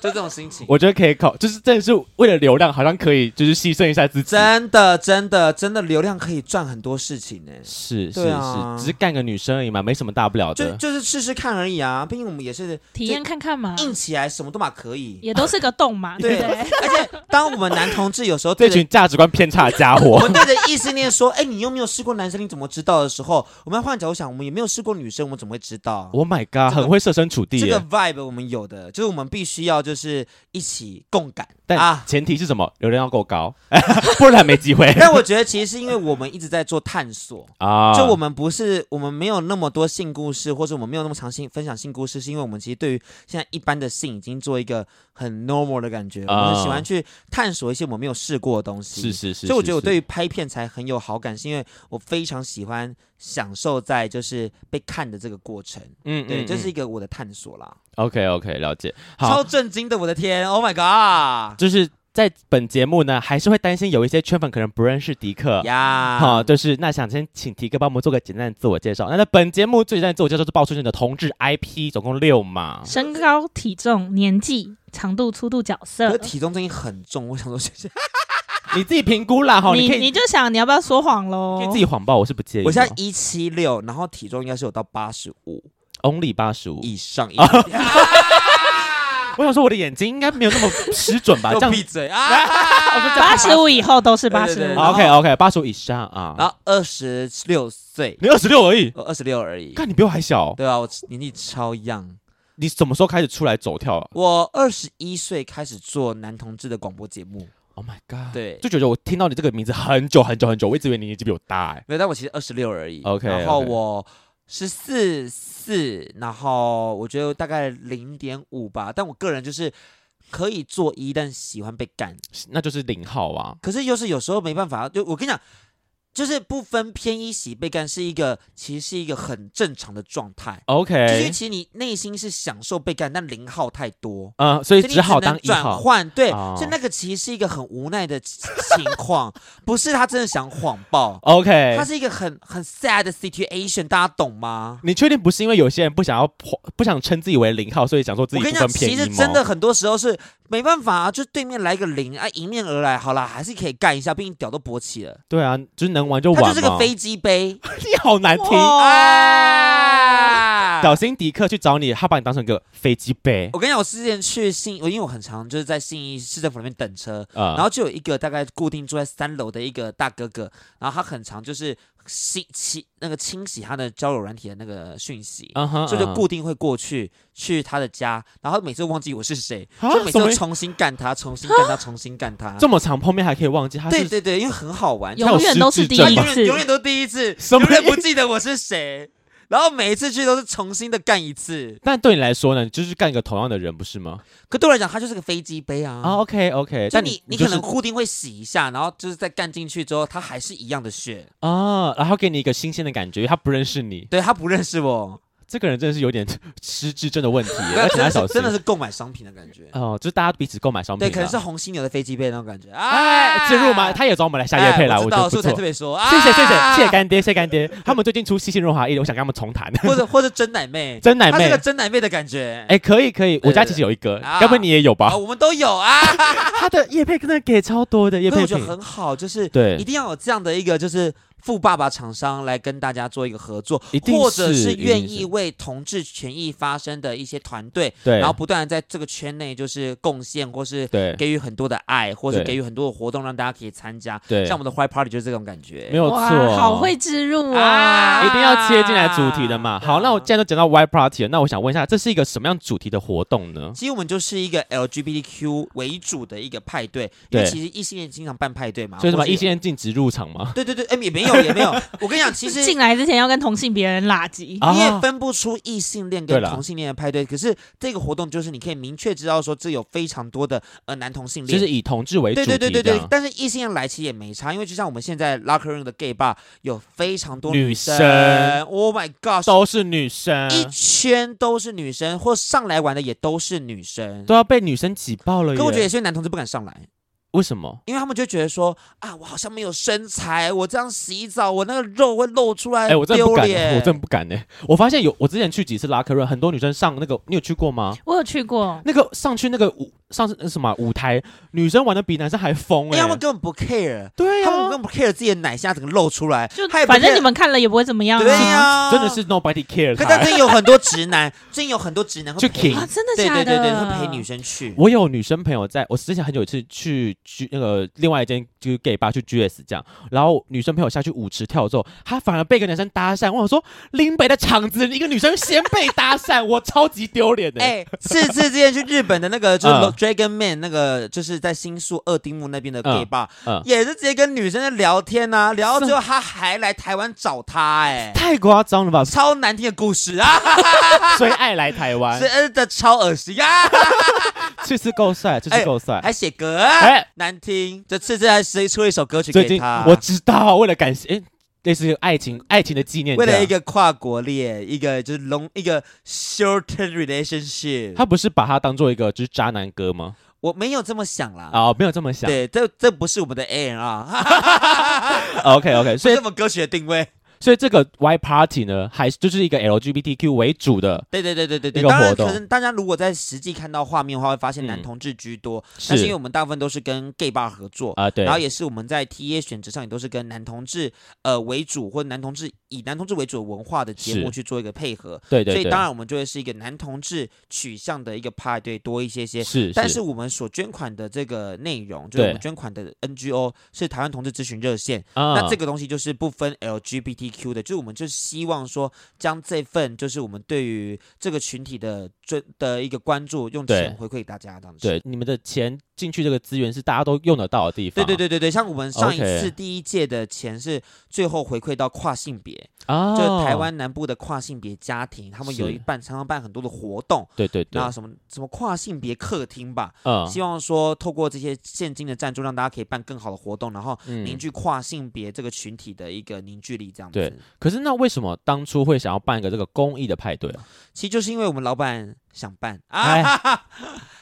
[SPEAKER 3] 就这种心情。
[SPEAKER 2] 我觉得可以考，就是真的是为了流量，好像可以就是牺牲一下自己。
[SPEAKER 3] 真的，真的，真的，流量可以赚很多事情呢、
[SPEAKER 2] 是是
[SPEAKER 3] 对啊
[SPEAKER 2] 是，只是干个女生而已嘛，没什么大不了
[SPEAKER 3] 就
[SPEAKER 2] 的。
[SPEAKER 3] 就是试试看而已啊，毕竟我们也是
[SPEAKER 1] 体验看看嘛，
[SPEAKER 3] 硬起来什么都嘛可以。
[SPEAKER 1] 也都是个洞嘛，对
[SPEAKER 3] *laughs* 对，
[SPEAKER 1] 不对？
[SPEAKER 3] 而且当我们男同志有
[SPEAKER 2] *laughs*
[SPEAKER 3] 时候对
[SPEAKER 2] 这
[SPEAKER 3] 着
[SPEAKER 2] 群价值观偏差的家伙，
[SPEAKER 3] 我们对着异性恋说：“哎、你又没有试过男生，你怎么知道？”的时候，我们要换角度想，我们也没有试过女生，我们怎么会知道？
[SPEAKER 2] Oh my god，很会设身处地
[SPEAKER 3] 这个
[SPEAKER 2] 耶。
[SPEAKER 3] vibe 我们有的，就是我们必须要就是一起共感
[SPEAKER 2] 但
[SPEAKER 3] 啊。
[SPEAKER 2] 前提是什么？流量要够高，不然没机会
[SPEAKER 3] 但我觉得其实是因为我们一直在做探索，
[SPEAKER 2] 啊。
[SPEAKER 3] 就我们不是我们没有那么多性故事，或者我们没有那么长性分享性故事，是因为我们其实对于现在一般的性已经做一个很 normal 的感觉，我们很喜欢去探索一些我们没有试过的东西。
[SPEAKER 2] 是是是，
[SPEAKER 3] 所以我觉得我
[SPEAKER 2] 是
[SPEAKER 3] 对于拍片才很有好感，是因为我非常喜欢享受在就是被看的这个过程，
[SPEAKER 2] 嗯
[SPEAKER 3] 对，这是
[SPEAKER 2] 嗯
[SPEAKER 3] 一个我的探索啦，
[SPEAKER 2] OK OK 了解。好，
[SPEAKER 3] 超震惊的，我的天，Oh my god！
[SPEAKER 2] 就是在本节目呢，还是会担心有一些圈粉可能不认识迪克。
[SPEAKER 3] 呀，
[SPEAKER 2] 好、就是那想先请迪克帮我们做个简单的自我介绍。那在本节目最简单的自我介绍是报出你的同志 IP，总共六嘛。
[SPEAKER 1] 身高、体重、年纪、长度、粗度、角
[SPEAKER 3] 可是
[SPEAKER 1] 色。
[SPEAKER 3] 体重最近很重，我想说谢谢。
[SPEAKER 2] 你自己评估啦，哈，
[SPEAKER 1] 你
[SPEAKER 2] 可以
[SPEAKER 1] 就想你要不要说谎喽
[SPEAKER 2] 可以？自己谎报，我是不介意的。
[SPEAKER 3] 我现在一七六，然后体重应该是有到八十五
[SPEAKER 2] only 八十五。哦
[SPEAKER 3] 以上。呀
[SPEAKER 2] 我想说我的眼睛应该没有那么失准吧？
[SPEAKER 3] *laughs* 给
[SPEAKER 2] 这样
[SPEAKER 3] 我闭嘴
[SPEAKER 2] *laughs*
[SPEAKER 3] 啊！
[SPEAKER 1] 八十五以后都是
[SPEAKER 3] 对
[SPEAKER 1] 八
[SPEAKER 3] 对
[SPEAKER 1] 十
[SPEAKER 3] 对
[SPEAKER 1] 五。
[SPEAKER 3] 然后
[SPEAKER 2] OK OK 八十五以上啊
[SPEAKER 3] 然。后二十六岁，
[SPEAKER 2] 你二十六而已，
[SPEAKER 3] 我二十六而已。
[SPEAKER 2] 看你比我还小。哦
[SPEAKER 3] 对啊，我年纪超 young。
[SPEAKER 2] 你什么时候开始出来走跳
[SPEAKER 3] 我二十一岁开始做男同志的广播节目，
[SPEAKER 2] ？Oh my god！，
[SPEAKER 3] 对，
[SPEAKER 2] 就觉得我听到你这个名字很久很久很久，我一直以为你年纪比我大
[SPEAKER 3] *laughs*
[SPEAKER 2] 哎。
[SPEAKER 3] 没有，但我其实二十六而已。
[SPEAKER 2] OK，
[SPEAKER 3] 然后
[SPEAKER 2] OK
[SPEAKER 3] 我十四四，然后我觉得大概零点五吧，但我个人就是可以做一，但喜欢被干，
[SPEAKER 2] 那就是零号啊。
[SPEAKER 3] 可是又是有时候没办法，就我跟你讲。就是不分偏一喜被干是一个，其实是一个很正常的状态。就是因为
[SPEAKER 2] OK，
[SPEAKER 3] 其实你内心是享受被干，但零号太多，
[SPEAKER 2] 嗯，所以
[SPEAKER 3] 所以
[SPEAKER 2] 只
[SPEAKER 3] 你
[SPEAKER 2] 好
[SPEAKER 3] 能
[SPEAKER 2] 当一
[SPEAKER 3] 转
[SPEAKER 2] 号。
[SPEAKER 3] 换，对，
[SPEAKER 2] 哦
[SPEAKER 3] 所以那个其实是一个很无奈的 *laughs* 情况，不是他真的想谎报，
[SPEAKER 2] OK，
[SPEAKER 3] 它是一个很很 sad 的 situation，大家懂吗？
[SPEAKER 2] 你确定不是因为有些人不想要破不想称自己为零号，所以想说自
[SPEAKER 3] 我
[SPEAKER 2] 己不
[SPEAKER 3] 跟你讲，
[SPEAKER 2] 分
[SPEAKER 3] 其
[SPEAKER 2] 便
[SPEAKER 3] 实
[SPEAKER 2] 宜吗？
[SPEAKER 3] 真的很多时候是没办法啊，就对面来一个零啊，迎面而来，好啦，还是可以干一下，毕竟屌都勃起了，
[SPEAKER 2] 对啊，就是能玩就玩
[SPEAKER 3] 它
[SPEAKER 2] 嘛。
[SPEAKER 3] 就是个飞机杯，
[SPEAKER 2] *laughs* 你好难听，
[SPEAKER 1] 哇
[SPEAKER 3] 啊
[SPEAKER 2] 小心迪克去找你，他把你当成个飞机杯
[SPEAKER 3] 我跟你讲，我之前去信，我因为我很常就是在信义市政府那边等车，
[SPEAKER 2] 啊。
[SPEAKER 3] 然后就有一个大概固定住在三楼的一个大哥哥，然后他很常就是清清那个清洗他的交友软体的那个讯息，
[SPEAKER 2] 嗯哼，
[SPEAKER 3] 所以就
[SPEAKER 2] 嗯哼
[SPEAKER 3] 固定会过去去他的家，然后每次都忘记我是谁，
[SPEAKER 2] 啊
[SPEAKER 3] 就每次
[SPEAKER 2] 什么
[SPEAKER 3] 都
[SPEAKER 2] 意
[SPEAKER 3] 重新干他，重新干他，重新
[SPEAKER 2] *laughs*
[SPEAKER 3] 干他。
[SPEAKER 2] 这么长碰面还可以忘记他
[SPEAKER 3] 对
[SPEAKER 2] 是
[SPEAKER 3] 对对，因为很好玩，
[SPEAKER 2] 他有
[SPEAKER 1] 永远都是第
[SPEAKER 2] 失
[SPEAKER 3] 他
[SPEAKER 2] 智
[SPEAKER 1] 一
[SPEAKER 2] 症
[SPEAKER 3] 永
[SPEAKER 2] 吧
[SPEAKER 3] 远
[SPEAKER 1] 次
[SPEAKER 3] 永。远都第一次，
[SPEAKER 2] 什
[SPEAKER 3] 永
[SPEAKER 2] 么
[SPEAKER 3] 远
[SPEAKER 2] 意
[SPEAKER 3] 不记得我是谁，然后每一次去都是重新的干一次。
[SPEAKER 2] 但对你来说呢，你就是干一个同样的人，不是吗？
[SPEAKER 3] 可对我来讲，他就是个飞机杯啊。
[SPEAKER 2] 啊，OK OK，
[SPEAKER 3] 就
[SPEAKER 2] 但
[SPEAKER 3] 你，你
[SPEAKER 2] 就
[SPEAKER 3] 可
[SPEAKER 2] 是
[SPEAKER 3] 能固定会洗一下，然后就是在干进去之后，他还是一样的血。
[SPEAKER 2] 啊，然后给你一个新鲜的感觉，因为他不认识你，
[SPEAKER 3] 对他不认识我，
[SPEAKER 2] 这个人真的是有点失智症的问题耶，
[SPEAKER 3] *laughs* 没有
[SPEAKER 2] 而且
[SPEAKER 3] 真
[SPEAKER 2] 他
[SPEAKER 3] 的
[SPEAKER 2] 小
[SPEAKER 3] 是
[SPEAKER 2] 心，
[SPEAKER 3] 真的是购买商品的感觉，
[SPEAKER 2] 哦，就是大家彼此购买商品
[SPEAKER 3] 对，
[SPEAKER 2] 啦，
[SPEAKER 3] 可能是红犀牛的飞机杯那种感觉。
[SPEAKER 2] 哎
[SPEAKER 3] 哎，
[SPEAKER 2] 自入吗？他也找我们来下夜配啦，
[SPEAKER 3] 哎我
[SPEAKER 2] 我
[SPEAKER 3] 知
[SPEAKER 2] 觉
[SPEAKER 3] 道，
[SPEAKER 2] 得
[SPEAKER 3] 所
[SPEAKER 2] 不
[SPEAKER 3] 以我才
[SPEAKER 2] 错
[SPEAKER 3] 特。别说，
[SPEAKER 2] 谢谢谢谢
[SPEAKER 3] 啊
[SPEAKER 2] 谢谢干爹谢谢干爹，他们最近出西信润滑液，我想跟他们重谈。
[SPEAKER 3] 或者或者真奶妹，
[SPEAKER 2] *laughs* 真奶
[SPEAKER 3] 它是
[SPEAKER 2] 妹
[SPEAKER 3] 个，真奶妹的感觉。
[SPEAKER 2] 哎，可以可以，
[SPEAKER 3] 对
[SPEAKER 2] 我家其实有一个，
[SPEAKER 3] 啊
[SPEAKER 2] 该不会你也有
[SPEAKER 3] 啊，
[SPEAKER 2] 吧？
[SPEAKER 3] 我们都有
[SPEAKER 2] *laughs*
[SPEAKER 3] 啊，
[SPEAKER 2] 他的叶配真的给超多的叶
[SPEAKER 3] 所以
[SPEAKER 2] 配
[SPEAKER 3] 我觉得
[SPEAKER 2] 品，
[SPEAKER 3] 很好，就是一
[SPEAKER 2] 对，
[SPEAKER 3] 定要有这样的一个就是富爸爸厂商来跟大家做一个合作，
[SPEAKER 2] 一定
[SPEAKER 3] 或者
[SPEAKER 2] 是
[SPEAKER 3] 是
[SPEAKER 2] 一定
[SPEAKER 3] 愿
[SPEAKER 2] 是
[SPEAKER 3] 意为同志权益发声的一些团队，
[SPEAKER 2] 对，
[SPEAKER 3] 然后不断的在这个圈内就是贡献，或是
[SPEAKER 2] 对
[SPEAKER 3] 给予很多的爱，或是
[SPEAKER 2] 对
[SPEAKER 3] 给予很多的活动让大家可以参加。
[SPEAKER 2] 对，
[SPEAKER 3] 像我们的 White Party 就是这种感觉，
[SPEAKER 2] 没有错，
[SPEAKER 1] 哇，好会植入啊！
[SPEAKER 2] 一定要切进来主题的嘛。
[SPEAKER 3] 对啊
[SPEAKER 2] 好，那我既然都讲到 Y Party 了，那我想问一下，这是一个什么样主题的活动呢？
[SPEAKER 3] 其实我们就是一个 LGBTQ 为主的一个派对，因为
[SPEAKER 2] 对
[SPEAKER 3] 其实异性恋经常办派对嘛，
[SPEAKER 2] 所以什么
[SPEAKER 3] 啊或是有
[SPEAKER 2] 异性恋禁止入场吗？
[SPEAKER 3] 对对对，哎、也没有也
[SPEAKER 2] *laughs*
[SPEAKER 3] 没有。我跟你讲，其实
[SPEAKER 1] 进来之前要跟同性别人拉级，
[SPEAKER 2] 啊
[SPEAKER 3] 你也分不出异性恋
[SPEAKER 2] 对
[SPEAKER 3] 跟
[SPEAKER 2] 啦
[SPEAKER 3] 同性恋的派对，可是这个活动就是你可以明确知道说，这有非常多的呃男同性
[SPEAKER 2] 就是
[SPEAKER 3] 恋。
[SPEAKER 2] 以同志为主
[SPEAKER 3] 对
[SPEAKER 2] 题
[SPEAKER 3] 对对对
[SPEAKER 2] 这
[SPEAKER 3] 对
[SPEAKER 2] 样，
[SPEAKER 3] 但是异性恋来其实也没差，因为就像我们现在 locker room 的 gay bar 有非常多
[SPEAKER 2] 女
[SPEAKER 3] 生
[SPEAKER 2] 生
[SPEAKER 3] o h my god，
[SPEAKER 2] 都是女生，
[SPEAKER 3] 一圈都是女生，或上来玩的也都是女生。
[SPEAKER 2] 都要被女生挤爆了耶。
[SPEAKER 3] 可我觉得有些男同志不敢上来，
[SPEAKER 2] 为什么？
[SPEAKER 3] 因为他们就觉得说啊，我好像没有身材，我这样洗澡，我那个肉会露出来，
[SPEAKER 2] 哎，我真的不
[SPEAKER 3] 丢
[SPEAKER 2] 敢，*laughs*
[SPEAKER 3] 脸。
[SPEAKER 2] 我真的不敢呢。我发现有，我之前去几次拉客润，很多女生上那个，你有去过吗？
[SPEAKER 1] 我有去过，
[SPEAKER 2] 那个上去那个舞上次那什么啊舞台，女生玩的比男生还疯
[SPEAKER 3] 因为
[SPEAKER 2] 哎
[SPEAKER 3] 他。们根本不 care，
[SPEAKER 2] 对
[SPEAKER 3] 他们
[SPEAKER 2] 啊
[SPEAKER 3] 根本不 care 自己的奶现在整个露出来，
[SPEAKER 1] 就
[SPEAKER 3] 他也不
[SPEAKER 1] 反正
[SPEAKER 3] care-
[SPEAKER 1] 你们看了也不会怎么样
[SPEAKER 3] 对
[SPEAKER 1] 啊。
[SPEAKER 2] *laughs*
[SPEAKER 3] 呀、
[SPEAKER 2] 真的是。nobody care
[SPEAKER 3] 可但
[SPEAKER 2] 他。
[SPEAKER 3] 真有很多直男，真有很多直男会
[SPEAKER 2] 就
[SPEAKER 3] 陪，
[SPEAKER 2] 挺
[SPEAKER 1] 啊，真的
[SPEAKER 3] 对
[SPEAKER 1] 假
[SPEAKER 3] 对
[SPEAKER 1] 的？
[SPEAKER 3] 对对，会陪女生去。
[SPEAKER 2] 我有女生朋友在，我之前很久一次去去那个另外一间就是 gay 吧去 GS 这样，然后女生朋友下去舞池跳之后，她反而被一个男生搭讪，我想说林北的场子一个女生先被搭讪，我超级丢脸的。欸
[SPEAKER 3] 哎，次次之前去日本的那个就是
[SPEAKER 2] 嗯
[SPEAKER 3] Dragon Man 那个，就是在新宿二丁目那边的 gay
[SPEAKER 2] 嗯
[SPEAKER 3] bar，、
[SPEAKER 2] 嗯
[SPEAKER 3] 也是直接跟女生在聊天呐、啊，聊到最后他还来台湾找她、哎，！
[SPEAKER 2] 太夸张了吧
[SPEAKER 3] 超难听的故事啊，
[SPEAKER 2] 所以爱来台湾，
[SPEAKER 3] 呃真的超恶心啊，
[SPEAKER 2] *laughs* 去次够帅，去次够帅。
[SPEAKER 3] 哎还写歌、啊，
[SPEAKER 2] 哎
[SPEAKER 3] 难听。这次次还谁出了一首歌曲
[SPEAKER 2] 最
[SPEAKER 3] 给
[SPEAKER 2] 近
[SPEAKER 3] 他？
[SPEAKER 2] 我知道，为了感谢，哎，类似于爱情爱情的纪念这
[SPEAKER 3] 为
[SPEAKER 2] 样，
[SPEAKER 3] 了一个跨国恋，一个就是 long 一个 short term relationship，
[SPEAKER 2] 他不是把他当做一个就是渣男哥吗？
[SPEAKER 3] 我没有这么想啦。
[SPEAKER 2] 啊、没有这么想。
[SPEAKER 3] 对，这这不是我们的 A N 啊，
[SPEAKER 2] OK OK，*laughs* 所
[SPEAKER 3] 所以
[SPEAKER 2] 以
[SPEAKER 3] *laughs* 这么歌曲的定位。
[SPEAKER 2] 所以这个 Y Party 呢，还是就是一个 LGBTQ 为主的，
[SPEAKER 3] 对对对对对
[SPEAKER 2] 一
[SPEAKER 3] 对，
[SPEAKER 2] 个
[SPEAKER 3] 当然
[SPEAKER 2] 活动
[SPEAKER 3] 可能大家如果在实际看到画面的话，会发现男
[SPEAKER 2] 嗯
[SPEAKER 3] 同志居多，那是因为
[SPEAKER 2] 是
[SPEAKER 3] 我们大部分都是跟 gay bar 合作。
[SPEAKER 2] 啊、对
[SPEAKER 3] 然后也是我们在 T A 选择上也都是跟男同志呃为主，或男同志以男同志为主的文化的节目
[SPEAKER 2] 是
[SPEAKER 3] 去做一个配合，
[SPEAKER 2] 对对
[SPEAKER 3] 所
[SPEAKER 2] 对，
[SPEAKER 3] 以当然我们就会是一个男同志取向的一个派对多一些些。
[SPEAKER 2] 是，
[SPEAKER 3] 但是我们所捐款的这个内容，就是
[SPEAKER 2] 对
[SPEAKER 3] 我们捐款的 NGO 是台湾同志咨询热线，
[SPEAKER 2] 啊
[SPEAKER 3] 那这个东西就是不分 LGBTQ 的，就是我们就希望说将这份就是我们对于这个群体的尊的一个关注，用
[SPEAKER 2] 对
[SPEAKER 3] 钱回馈给大家这样子。
[SPEAKER 2] 对你们的钱进去这个资源是大家都用得到的地方，
[SPEAKER 3] 对对对对对，像我们上一
[SPEAKER 2] OK
[SPEAKER 3] 次第一届的钱是最后回馈到跨性别，
[SPEAKER 2] 啊，
[SPEAKER 3] 就台湾南部的跨性别家庭，他们有
[SPEAKER 2] 是
[SPEAKER 3] 一办常常办很多的活动，
[SPEAKER 2] 对对对
[SPEAKER 3] 那，什么什么跨性别客厅吧，
[SPEAKER 2] 嗯
[SPEAKER 3] 希望说透过这些现金的赞助，让大家可以办更好的活动，然后凝
[SPEAKER 2] 嗯，
[SPEAKER 3] 聚跨性别这个群体的一个凝聚力，这样
[SPEAKER 2] 对
[SPEAKER 3] 子。
[SPEAKER 2] 可是那为什么当初会想要办一个这个公益的派对啊？
[SPEAKER 3] 其实就是因为我们老板想办 *laughs*
[SPEAKER 2] 哎
[SPEAKER 3] 啊，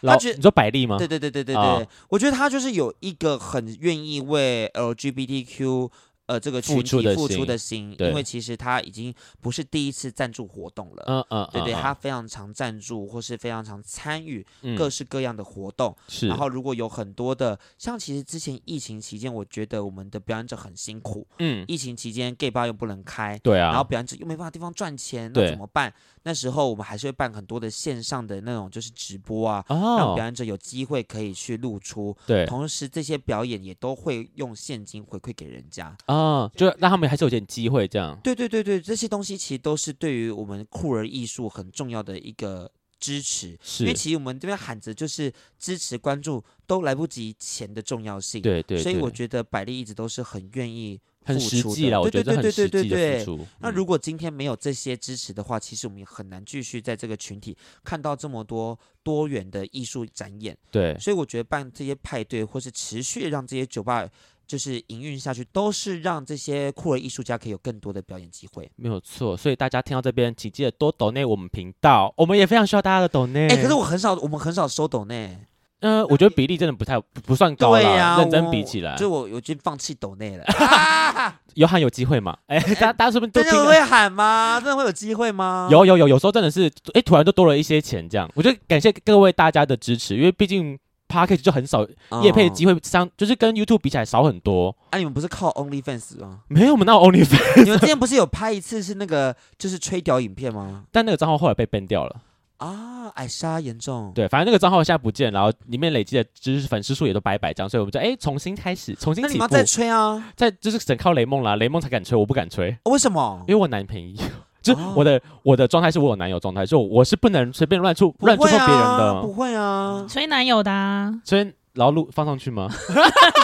[SPEAKER 2] 老
[SPEAKER 3] 觉
[SPEAKER 2] 你说百丽吗？
[SPEAKER 3] 对对对对对对，
[SPEAKER 2] 啊
[SPEAKER 3] 我觉得他就是有一个很愿意为 LGBTQ。呃，这个群
[SPEAKER 2] 付出
[SPEAKER 3] 体
[SPEAKER 2] 的
[SPEAKER 3] 付出
[SPEAKER 2] 心
[SPEAKER 3] 的心，
[SPEAKER 2] 对
[SPEAKER 3] 因为其实他已经不是第一次赞助活动了，
[SPEAKER 2] 嗯嗯，
[SPEAKER 3] 对对，
[SPEAKER 2] 嗯
[SPEAKER 3] 他非常常赞助或是非常常参与
[SPEAKER 2] 嗯
[SPEAKER 3] 各式各样的活动，
[SPEAKER 2] 是，
[SPEAKER 3] 然后如果有很多的，像其实之前疫情期间，我觉得我们的表演者很辛苦，
[SPEAKER 2] 嗯，
[SPEAKER 3] 疫情期间 gay bar 又不能开，
[SPEAKER 2] 对啊，
[SPEAKER 3] 然后表演者又没办法地方赚钱，那
[SPEAKER 2] 对
[SPEAKER 3] 怎么办？那时候我们还是会办很多的线上的那种就是直播啊，让表
[SPEAKER 2] 哦，
[SPEAKER 3] 演者有机会可以去露出，
[SPEAKER 2] 对
[SPEAKER 3] 同时这些表演也都会用现金回馈给人家。
[SPEAKER 2] 啊，就让他们还是有点机会这样，
[SPEAKER 3] 对对对对，这些东西其实都是对于我们酷儿艺术很重要的一个支持。因
[SPEAKER 2] 是，
[SPEAKER 3] 为其实我们这边喊着就是支持关注都来不及钱的重要性，
[SPEAKER 2] 对对，
[SPEAKER 3] 所以
[SPEAKER 2] 对
[SPEAKER 3] 我觉得百丽一直都是很愿意
[SPEAKER 2] 很
[SPEAKER 3] 付
[SPEAKER 2] 实
[SPEAKER 3] 出
[SPEAKER 2] 际
[SPEAKER 3] 的
[SPEAKER 2] 啦，我
[SPEAKER 3] 对
[SPEAKER 2] 觉得
[SPEAKER 3] 对对
[SPEAKER 2] 很
[SPEAKER 3] 对
[SPEAKER 2] 实
[SPEAKER 3] 对
[SPEAKER 2] 际的
[SPEAKER 3] 对
[SPEAKER 2] 付出。
[SPEAKER 3] 那
[SPEAKER 2] 嗯
[SPEAKER 3] 如果今天没有这些支持的话，其实我们也很难继续在这个群体看到这么多多元的艺术展演。
[SPEAKER 2] 对
[SPEAKER 3] 所以我觉得办这些派对，或是持续让这些酒吧就是营运下去，都是让这些酷儿艺术家可以有更多的表演机会。
[SPEAKER 2] 没有错，所以大家听到这边，请记得多抖内我们频道，我们也非常需要大家的抖内。
[SPEAKER 3] 哎、可是我很少，我们很少收抖内。
[SPEAKER 2] 呃，我觉得比例真的不太不不算高了，
[SPEAKER 3] 对呀、
[SPEAKER 2] 认真
[SPEAKER 3] 我
[SPEAKER 2] 比起来，
[SPEAKER 3] 就我我已经放弃抖内
[SPEAKER 2] *laughs*
[SPEAKER 3] 了。啊、
[SPEAKER 2] 有喊有机会嘛？ *laughs* 哎、大家大家说不定都
[SPEAKER 3] 真
[SPEAKER 2] 听
[SPEAKER 3] 的
[SPEAKER 2] 了。
[SPEAKER 3] 会喊吗？真的会有机会吗？
[SPEAKER 2] 有有有，有时候真的是，哎、突然就多了一些钱，这样，我觉得感谢各位大家的支持，因为毕竟 p a c k a g e 就很少，业配的机
[SPEAKER 3] 会。
[SPEAKER 2] 会相、就是跟 YouTube 比起来少很多。？
[SPEAKER 3] 哎、嗯你们不是靠 OnlyFans 吗
[SPEAKER 2] *laughs* 没有，我们那 OnlyFans，
[SPEAKER 3] 你们之前不是有拍一次是那个就是吹屌影片吗？
[SPEAKER 2] 但那个账号后来被 ban 掉了。
[SPEAKER 3] 啊，矮莎严重。
[SPEAKER 2] 对，反正那个账号现在不见，然后里面累积的知识粉丝数也都拜拜，这样，所以我们就哎、重新开始，重新
[SPEAKER 3] 那你
[SPEAKER 2] 起
[SPEAKER 3] 们
[SPEAKER 2] 步
[SPEAKER 3] 要。再吹啊？
[SPEAKER 2] 在就是整靠雷梦啦，雷梦才敢吹，我不敢吹，
[SPEAKER 3] 为什么
[SPEAKER 2] 因为？我男朋友。就是
[SPEAKER 3] 哦
[SPEAKER 2] 我的、我的状态是我有男友状态，就我是不能随便乱触
[SPEAKER 3] 不
[SPEAKER 2] 乱触
[SPEAKER 3] 会
[SPEAKER 2] 碰别人
[SPEAKER 3] 啊，不
[SPEAKER 2] 的，
[SPEAKER 3] 会啊。
[SPEAKER 1] 吹男友的、啊、 *laughs*
[SPEAKER 2] 所以劳碌放上去吗？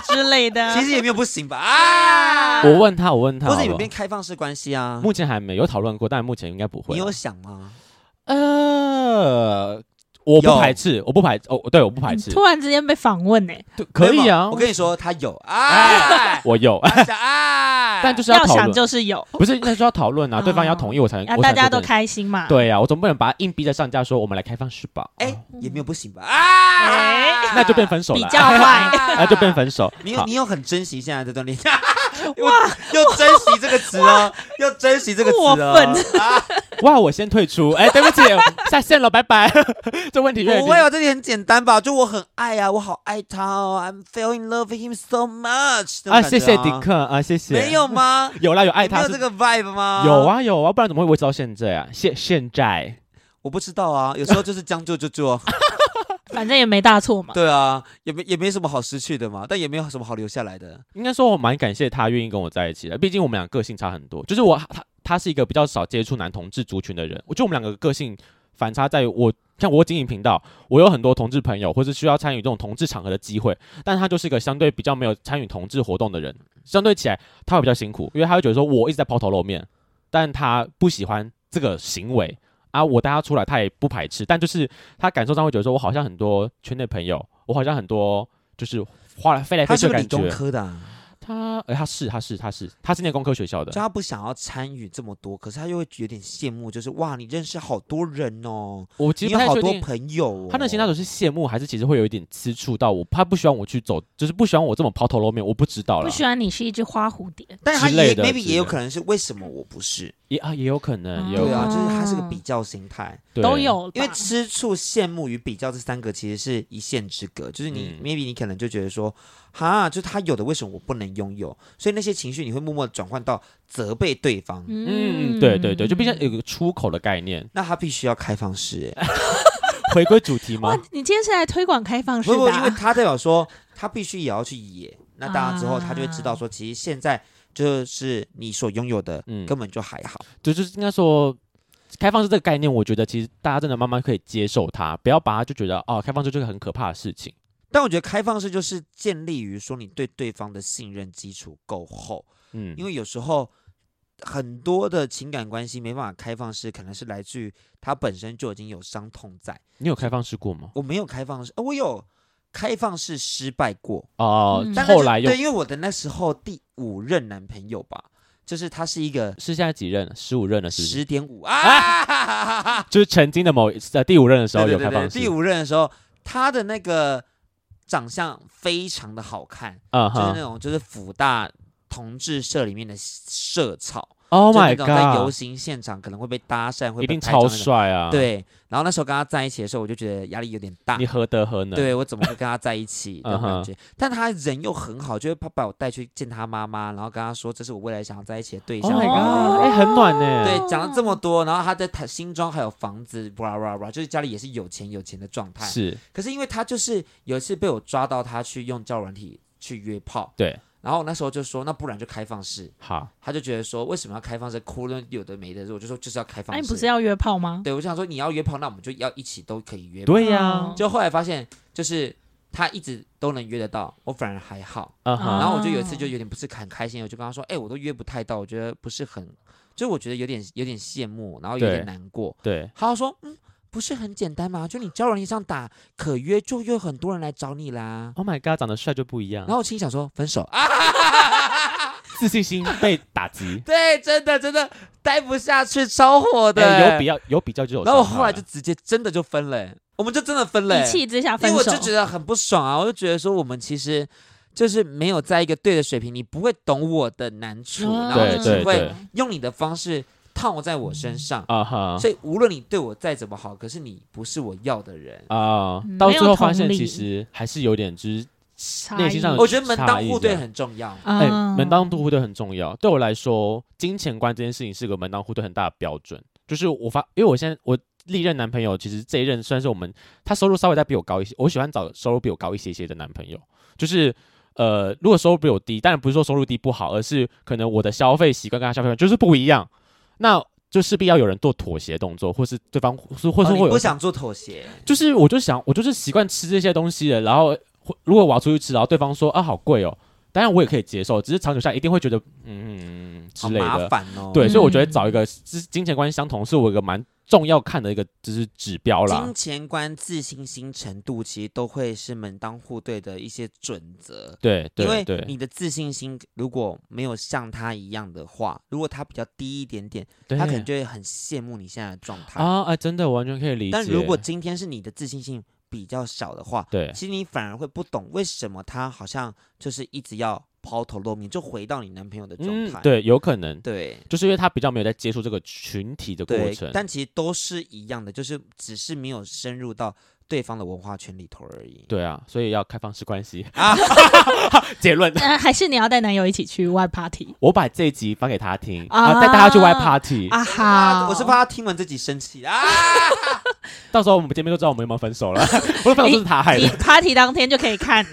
[SPEAKER 1] 之类的。
[SPEAKER 3] 其实也没有不行
[SPEAKER 2] *laughs*
[SPEAKER 3] 吧？啊，
[SPEAKER 2] 我问他，我问他
[SPEAKER 3] 或者
[SPEAKER 2] 好
[SPEAKER 3] 你
[SPEAKER 2] 不好，
[SPEAKER 3] 们变开放式关系啊？
[SPEAKER 2] 目前还没有讨论过，但目前应该不会
[SPEAKER 3] 你
[SPEAKER 2] 啊。
[SPEAKER 3] 有想吗？
[SPEAKER 2] 呃，我不
[SPEAKER 3] 有
[SPEAKER 2] 排斥，我不排哦，对，我不排
[SPEAKER 1] 你
[SPEAKER 2] 斥，
[SPEAKER 1] 突然之间被访问呢、欸
[SPEAKER 2] 对可
[SPEAKER 3] 没
[SPEAKER 2] 以
[SPEAKER 3] 有
[SPEAKER 2] 啊，
[SPEAKER 3] 嗯我跟你说，他有啊，
[SPEAKER 2] 我
[SPEAKER 3] *laughs*
[SPEAKER 2] 有，
[SPEAKER 3] 他想啊，
[SPEAKER 2] *laughs* 但就是
[SPEAKER 1] 要
[SPEAKER 2] 讨
[SPEAKER 1] 想
[SPEAKER 2] 论，
[SPEAKER 1] 就是有，
[SPEAKER 2] 不是那就要讨论啊，对方要同意我才能，
[SPEAKER 1] 啊，
[SPEAKER 2] 我
[SPEAKER 1] 大
[SPEAKER 2] 才
[SPEAKER 1] 家都
[SPEAKER 2] 能。
[SPEAKER 1] 开心
[SPEAKER 3] 啊
[SPEAKER 1] 嘛。，
[SPEAKER 2] 对呀，我总不能把他硬逼在上架说我们来开放式吧，
[SPEAKER 3] 哎，也没有不行吧？啊，
[SPEAKER 2] 哦哎那就变分手
[SPEAKER 1] 比
[SPEAKER 2] 了，
[SPEAKER 1] 较坏。
[SPEAKER 2] 那就变分手。
[SPEAKER 3] 你有
[SPEAKER 2] 好
[SPEAKER 3] 你有很珍惜现在这
[SPEAKER 2] *laughs*
[SPEAKER 3] 段恋情，哇，要珍惜这个词哦，要珍惜这个词
[SPEAKER 1] 过
[SPEAKER 3] 哦。
[SPEAKER 2] *laughs*
[SPEAKER 3] 啊，
[SPEAKER 2] 哇，我先退出，哎，对不起， *laughs* 下线了，拜拜。 *laughs* 这问题越来
[SPEAKER 3] 不会
[SPEAKER 2] 越
[SPEAKER 3] 哦，这里很简单吧？就我很爱啊，我好爱他哦，I'm fell in love with him so much 这种
[SPEAKER 2] 啊，
[SPEAKER 3] 感觉。
[SPEAKER 2] 谢谢迪克啊，谢谢。
[SPEAKER 3] 没有吗？
[SPEAKER 2] 有啦，有 *laughs* 爱
[SPEAKER 3] 你没
[SPEAKER 2] 他
[SPEAKER 3] 有
[SPEAKER 2] 是
[SPEAKER 3] 这个 vibe 吗？
[SPEAKER 2] 有，啊有啊，不然怎么会维持到现在啊？现现在
[SPEAKER 3] 我不知道啊，有时候就是将就就哦做。
[SPEAKER 1] 反正也没大错嘛。
[SPEAKER 3] 对啊，也没也没什么好失去的嘛，但也没有什么好留下来的。
[SPEAKER 2] 应该说我蛮感谢他愿意跟我在一起的，毕竟我们俩个性差很多。就是我他他是一个比较少接触男同志族群的人，我觉得我们两个个性反差在于我像我经营频道，我有很多同志朋友，或是需要参与这种同志场合的机会，但他就是一个相对比较没有参与同志活动的人，相对起来他会比较辛苦，因为他会觉得说我一直在抛头露面，但他不喜欢这个行为啊，我带他出来他也不排斥，但就是他感受上会觉得说我好像很多圈内朋友，我好像很多就是花来飞来
[SPEAKER 3] 他
[SPEAKER 2] 飞去
[SPEAKER 3] 是不
[SPEAKER 2] 的
[SPEAKER 3] 是理
[SPEAKER 2] 哎感觉
[SPEAKER 3] 工。科的、啊，
[SPEAKER 2] 他，哎、他是，他是，他是，他是念工科学校的
[SPEAKER 3] 就。他不想要参与这么多，可是他又会有点羡慕，就是哇，你认识好多人哦，
[SPEAKER 2] 我其
[SPEAKER 3] 你
[SPEAKER 2] 实不太
[SPEAKER 3] 有好
[SPEAKER 2] 确
[SPEAKER 3] 多
[SPEAKER 2] 定，
[SPEAKER 3] 朋友、哦。
[SPEAKER 2] 他内心那种是羡慕，还是其实会有一点吃醋到我，他不喜欢我去走，就是不喜欢我这么抛头露面，我不知道
[SPEAKER 1] 不
[SPEAKER 2] 了。
[SPEAKER 1] 喜欢你是一只花蝴蝶，
[SPEAKER 3] 但是他
[SPEAKER 2] 之类
[SPEAKER 3] 也
[SPEAKER 2] 的
[SPEAKER 3] maybe
[SPEAKER 2] 之
[SPEAKER 3] 也有
[SPEAKER 2] 类的
[SPEAKER 3] 可能是为什么我不是？
[SPEAKER 2] 也啊，也有可能，也有
[SPEAKER 3] 对
[SPEAKER 2] 可
[SPEAKER 3] 啊，
[SPEAKER 2] 能
[SPEAKER 3] 就是他是个比较心态，
[SPEAKER 2] 对
[SPEAKER 1] 都。有吧，
[SPEAKER 3] 因为吃醋、羡慕与比较这三个其实是一线之隔，就是你、
[SPEAKER 2] 嗯
[SPEAKER 3] maybe 你可能就觉得说，哈，就他有的为什么我不能拥有？所以那些情绪你会默默地转换到责备对方。
[SPEAKER 2] 嗯，对对对，就变成有个出口的概念。
[SPEAKER 3] 那他必须要开放式、欸，
[SPEAKER 2] 回归主题吗
[SPEAKER 1] 哇？，你今天是来推广开放式
[SPEAKER 3] 不
[SPEAKER 1] 的
[SPEAKER 3] 不，因为
[SPEAKER 1] 啊，
[SPEAKER 3] 他代表说他必须也要去野，那大家之后他就会知道说，其实现在就是你所拥有的
[SPEAKER 2] 嗯
[SPEAKER 3] 根本就还好。
[SPEAKER 2] 对，就是应该说，开放式这个概念，我觉得其实大家真的慢慢可以接受它，不要把它就觉得哦，开放式就是很可怕的事情。
[SPEAKER 3] 但我觉得开放式就是建立于说你对对方的信任基础够厚，
[SPEAKER 2] 嗯，
[SPEAKER 3] 因为有时候很多的情感关系没办法开放式，可能是来自于他本身就已经有伤痛在。
[SPEAKER 2] 你有开放式过吗？
[SPEAKER 3] 我没有开放式，呃我有开放式失败过，
[SPEAKER 2] 哦、
[SPEAKER 1] 嗯
[SPEAKER 3] 但那就
[SPEAKER 2] 后来又
[SPEAKER 3] 对，因为我的那时候第五任男朋友吧，就是他是一个
[SPEAKER 2] 是现在几任？十五任了，是不是？
[SPEAKER 3] 十点
[SPEAKER 2] *laughs*
[SPEAKER 3] 五啊！
[SPEAKER 2] 就是曾经的某一次呃第五任的时
[SPEAKER 3] 对
[SPEAKER 2] 候
[SPEAKER 3] 对
[SPEAKER 2] 有
[SPEAKER 3] 对
[SPEAKER 2] 开放
[SPEAKER 3] 对，
[SPEAKER 2] 式，
[SPEAKER 3] 第五任的时候，他的那个长相非常的好看，
[SPEAKER 2] 嗯
[SPEAKER 3] 就是那
[SPEAKER 2] 哼
[SPEAKER 3] 种就是辅大同志社里面的社草
[SPEAKER 2] ，Oh
[SPEAKER 3] 就
[SPEAKER 2] my
[SPEAKER 3] 那种在游
[SPEAKER 2] god，
[SPEAKER 3] 行现场可能会被搭讪，会
[SPEAKER 2] 一
[SPEAKER 3] 被
[SPEAKER 2] 定
[SPEAKER 3] 拍照
[SPEAKER 2] 超
[SPEAKER 3] 那种。
[SPEAKER 2] 帅啊！，
[SPEAKER 3] 对，然后那时候跟他在一起的时候，我就觉得压力有点大
[SPEAKER 2] 你。何德何能？，
[SPEAKER 3] 对我怎么会跟他在一起那种
[SPEAKER 2] 嗯哼
[SPEAKER 3] 感觉？但他人又很好，就会怕把我带去见他妈妈，然后跟他说这是我未来想要在一起的对象。哦
[SPEAKER 2] Oh my
[SPEAKER 3] 然后
[SPEAKER 2] god，哎很暖呢
[SPEAKER 3] 对，讲了这么多，然后他在他新庄还有房子，布拉布拉布拉，就是家里也是有钱有钱的状态。
[SPEAKER 2] 是，
[SPEAKER 3] 可是因为他就是有一次被我抓到他去用交友软体去约炮，
[SPEAKER 2] 对，
[SPEAKER 3] 然后我那时候就说那不然就开放式，
[SPEAKER 2] 好，
[SPEAKER 3] 他就觉得说为什么要开放式，哭了有的没的，我就说就是要开
[SPEAKER 1] *laughs*
[SPEAKER 3] 放
[SPEAKER 1] 啊那你
[SPEAKER 2] 哎
[SPEAKER 3] 式。
[SPEAKER 2] 啊
[SPEAKER 1] 不是要约炮吗？
[SPEAKER 3] 对，我就想说你要约炮，那我们就要一起都可以约。，
[SPEAKER 2] 对呀，
[SPEAKER 1] 嗯
[SPEAKER 3] 就后来发现就是他一直都能约得到，我反而还好。
[SPEAKER 2] 嗯
[SPEAKER 1] 啊
[SPEAKER 3] 然
[SPEAKER 2] 哼，
[SPEAKER 3] 后我就有一次就有点不是很开心，我就跟他说：“哎、我都约不太到，我觉得不是很，就我觉得有点有点羡慕，然后有
[SPEAKER 2] 对
[SPEAKER 3] 点难过。
[SPEAKER 2] 对”，
[SPEAKER 3] 他就说：“嗯，不是很简单吗？就你交友软件上打可约，就又有很多人来找你啦。
[SPEAKER 2] Oh my god，长得帅就不一样
[SPEAKER 3] 然，后我心里想说，分手啊！。
[SPEAKER 2] 自信心被打击
[SPEAKER 3] *laughs* 对，真的真的待不下去，超火的、
[SPEAKER 2] 哎有比较有比较就有伤害啊。
[SPEAKER 3] 然后我后来就直接真的就分了、欸我们就真的分了、欸
[SPEAKER 1] 一气之下
[SPEAKER 3] 因
[SPEAKER 1] 分
[SPEAKER 3] 为我
[SPEAKER 1] 手
[SPEAKER 3] 就，觉得很不爽啊，我就觉得说我们其实就是没有在一个对的水平，你不会懂我的难处，
[SPEAKER 1] 嗯
[SPEAKER 3] 然后
[SPEAKER 2] 啊对
[SPEAKER 3] 你
[SPEAKER 2] 对
[SPEAKER 3] 只会
[SPEAKER 2] 对
[SPEAKER 3] 用你的方式套在我身上，
[SPEAKER 2] 啊哈
[SPEAKER 3] 所以无论你对我再怎么好，可是你不是我要的人。
[SPEAKER 2] 啊
[SPEAKER 1] 嗯，
[SPEAKER 2] 到
[SPEAKER 1] 没
[SPEAKER 2] 最
[SPEAKER 1] 有
[SPEAKER 2] 后发
[SPEAKER 1] 同
[SPEAKER 2] 现
[SPEAKER 1] 理
[SPEAKER 2] 其实还是有点就是
[SPEAKER 1] 差
[SPEAKER 2] 内心
[SPEAKER 1] 异
[SPEAKER 2] 上有
[SPEAKER 3] 我觉得门
[SPEAKER 2] 嗯差
[SPEAKER 3] 当
[SPEAKER 2] 异
[SPEAKER 3] 户
[SPEAKER 2] 这
[SPEAKER 3] 对
[SPEAKER 2] 样
[SPEAKER 3] 很重要，
[SPEAKER 2] 哎、
[SPEAKER 1] 嗯
[SPEAKER 2] 门当户对很重要。对我来说，金钱观这件事情是个门当户对很大的标准。就是我发，因为我现在我历任男朋友，其实这一任虽然是我们他收入稍微再比我高一些，我喜欢找收入比我高一些些的男朋友。就是呃，如果收入比我低，当然不是说收入低不好，而是可能我的消费习惯跟他消费习惯就是不一样，那就势必要有人做妥协动作，或是对方或或
[SPEAKER 3] 我
[SPEAKER 2] 是会有、
[SPEAKER 3] 哦你不想做妥协，
[SPEAKER 2] 就是我就想，我就是习惯吃这些东西的，然后或如果我要出去吃，然后对方说啊好贵哦，当然我也可以接受，只是长久下来一定会觉得嗯之
[SPEAKER 3] 好
[SPEAKER 2] 类
[SPEAKER 3] 麻
[SPEAKER 2] 的。
[SPEAKER 3] 烦哦。
[SPEAKER 2] 对，所以我觉得
[SPEAKER 1] 嗯
[SPEAKER 2] 找一个金金钱观相同是我一个蛮重要看的一个就是指标啦
[SPEAKER 3] 金。钱观、自信心程度其实都会是门当户对的一些准则。
[SPEAKER 2] 对
[SPEAKER 3] 因
[SPEAKER 2] 对
[SPEAKER 3] 为
[SPEAKER 2] 对
[SPEAKER 3] 你的自信心如果没有像他一样的话，如果他比较低一点点，
[SPEAKER 2] 对，
[SPEAKER 3] 他可能就会很羡慕你现在的状态。
[SPEAKER 2] 啊哎，真的我完全可以理解。
[SPEAKER 3] 但如果今天是你的自信心比较小的话，
[SPEAKER 2] 对
[SPEAKER 3] 其实你反而会不懂为什么他好像就是一直要抛头露面，就回到你男朋友的状
[SPEAKER 2] 嗯
[SPEAKER 3] 态。
[SPEAKER 2] 对有可能，
[SPEAKER 3] 对
[SPEAKER 2] 就是因为他比较没有在接触这个群体的过
[SPEAKER 3] 对
[SPEAKER 2] 程。
[SPEAKER 3] 但其实都是一样的，就是只是没有深入到对方的文化圈里头而已。
[SPEAKER 2] 对啊，所以要开放式关系
[SPEAKER 3] 啊
[SPEAKER 2] 啊。 *laughs* 结论，
[SPEAKER 1] 呃 *laughs* 还是你要带男友一起去 Y party
[SPEAKER 2] 我把这一集发给他听
[SPEAKER 1] 啊
[SPEAKER 2] 啊，带大家去 Y party
[SPEAKER 1] 啊
[SPEAKER 3] *laughs* 啊！
[SPEAKER 1] 哈，
[SPEAKER 3] 我是怕他听完这集生气啊！
[SPEAKER 2] 到时候我们见面就知道我们有没有分手了。
[SPEAKER 3] *laughs*
[SPEAKER 2] 我的朋友就是他害
[SPEAKER 1] 你
[SPEAKER 2] 的，
[SPEAKER 1] party 当天就可以看，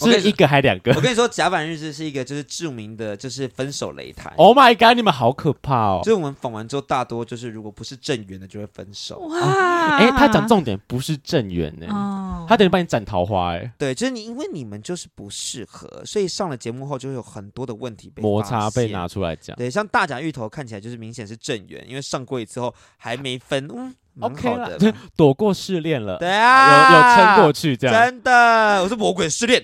[SPEAKER 3] 我跟你
[SPEAKER 2] 是一个还两
[SPEAKER 3] 我
[SPEAKER 2] 个。
[SPEAKER 3] 跟你说，甲板日志是一个就是著名的，就是分手擂台。
[SPEAKER 2] Oh my god！你们好可怕哦
[SPEAKER 3] 就！是我们访完之后，大多就是如果不是正缘的，就会分手。啊
[SPEAKER 1] 哇！
[SPEAKER 2] 哎，他讲重点不是正缘呢，
[SPEAKER 1] 哦，
[SPEAKER 2] 他等于帮你斩桃花哎，
[SPEAKER 3] 对，就是你，因为你们就是不适合，所以上了节目后就会有很多的问题被
[SPEAKER 2] 摩
[SPEAKER 3] 发
[SPEAKER 2] 擦被
[SPEAKER 3] 现
[SPEAKER 2] 拿出来讲。
[SPEAKER 3] 对，像大甲芋头看起来就是明显是正缘，因为上过一次后还没分，嗯，蛮
[SPEAKER 2] OK
[SPEAKER 3] 好
[SPEAKER 2] 啦
[SPEAKER 3] 的。
[SPEAKER 2] *laughs* 就躲过试炼了，
[SPEAKER 3] 对
[SPEAKER 2] 有有
[SPEAKER 3] 啊，
[SPEAKER 2] 撑过去这样。
[SPEAKER 3] 真的，我是魔鬼失恋。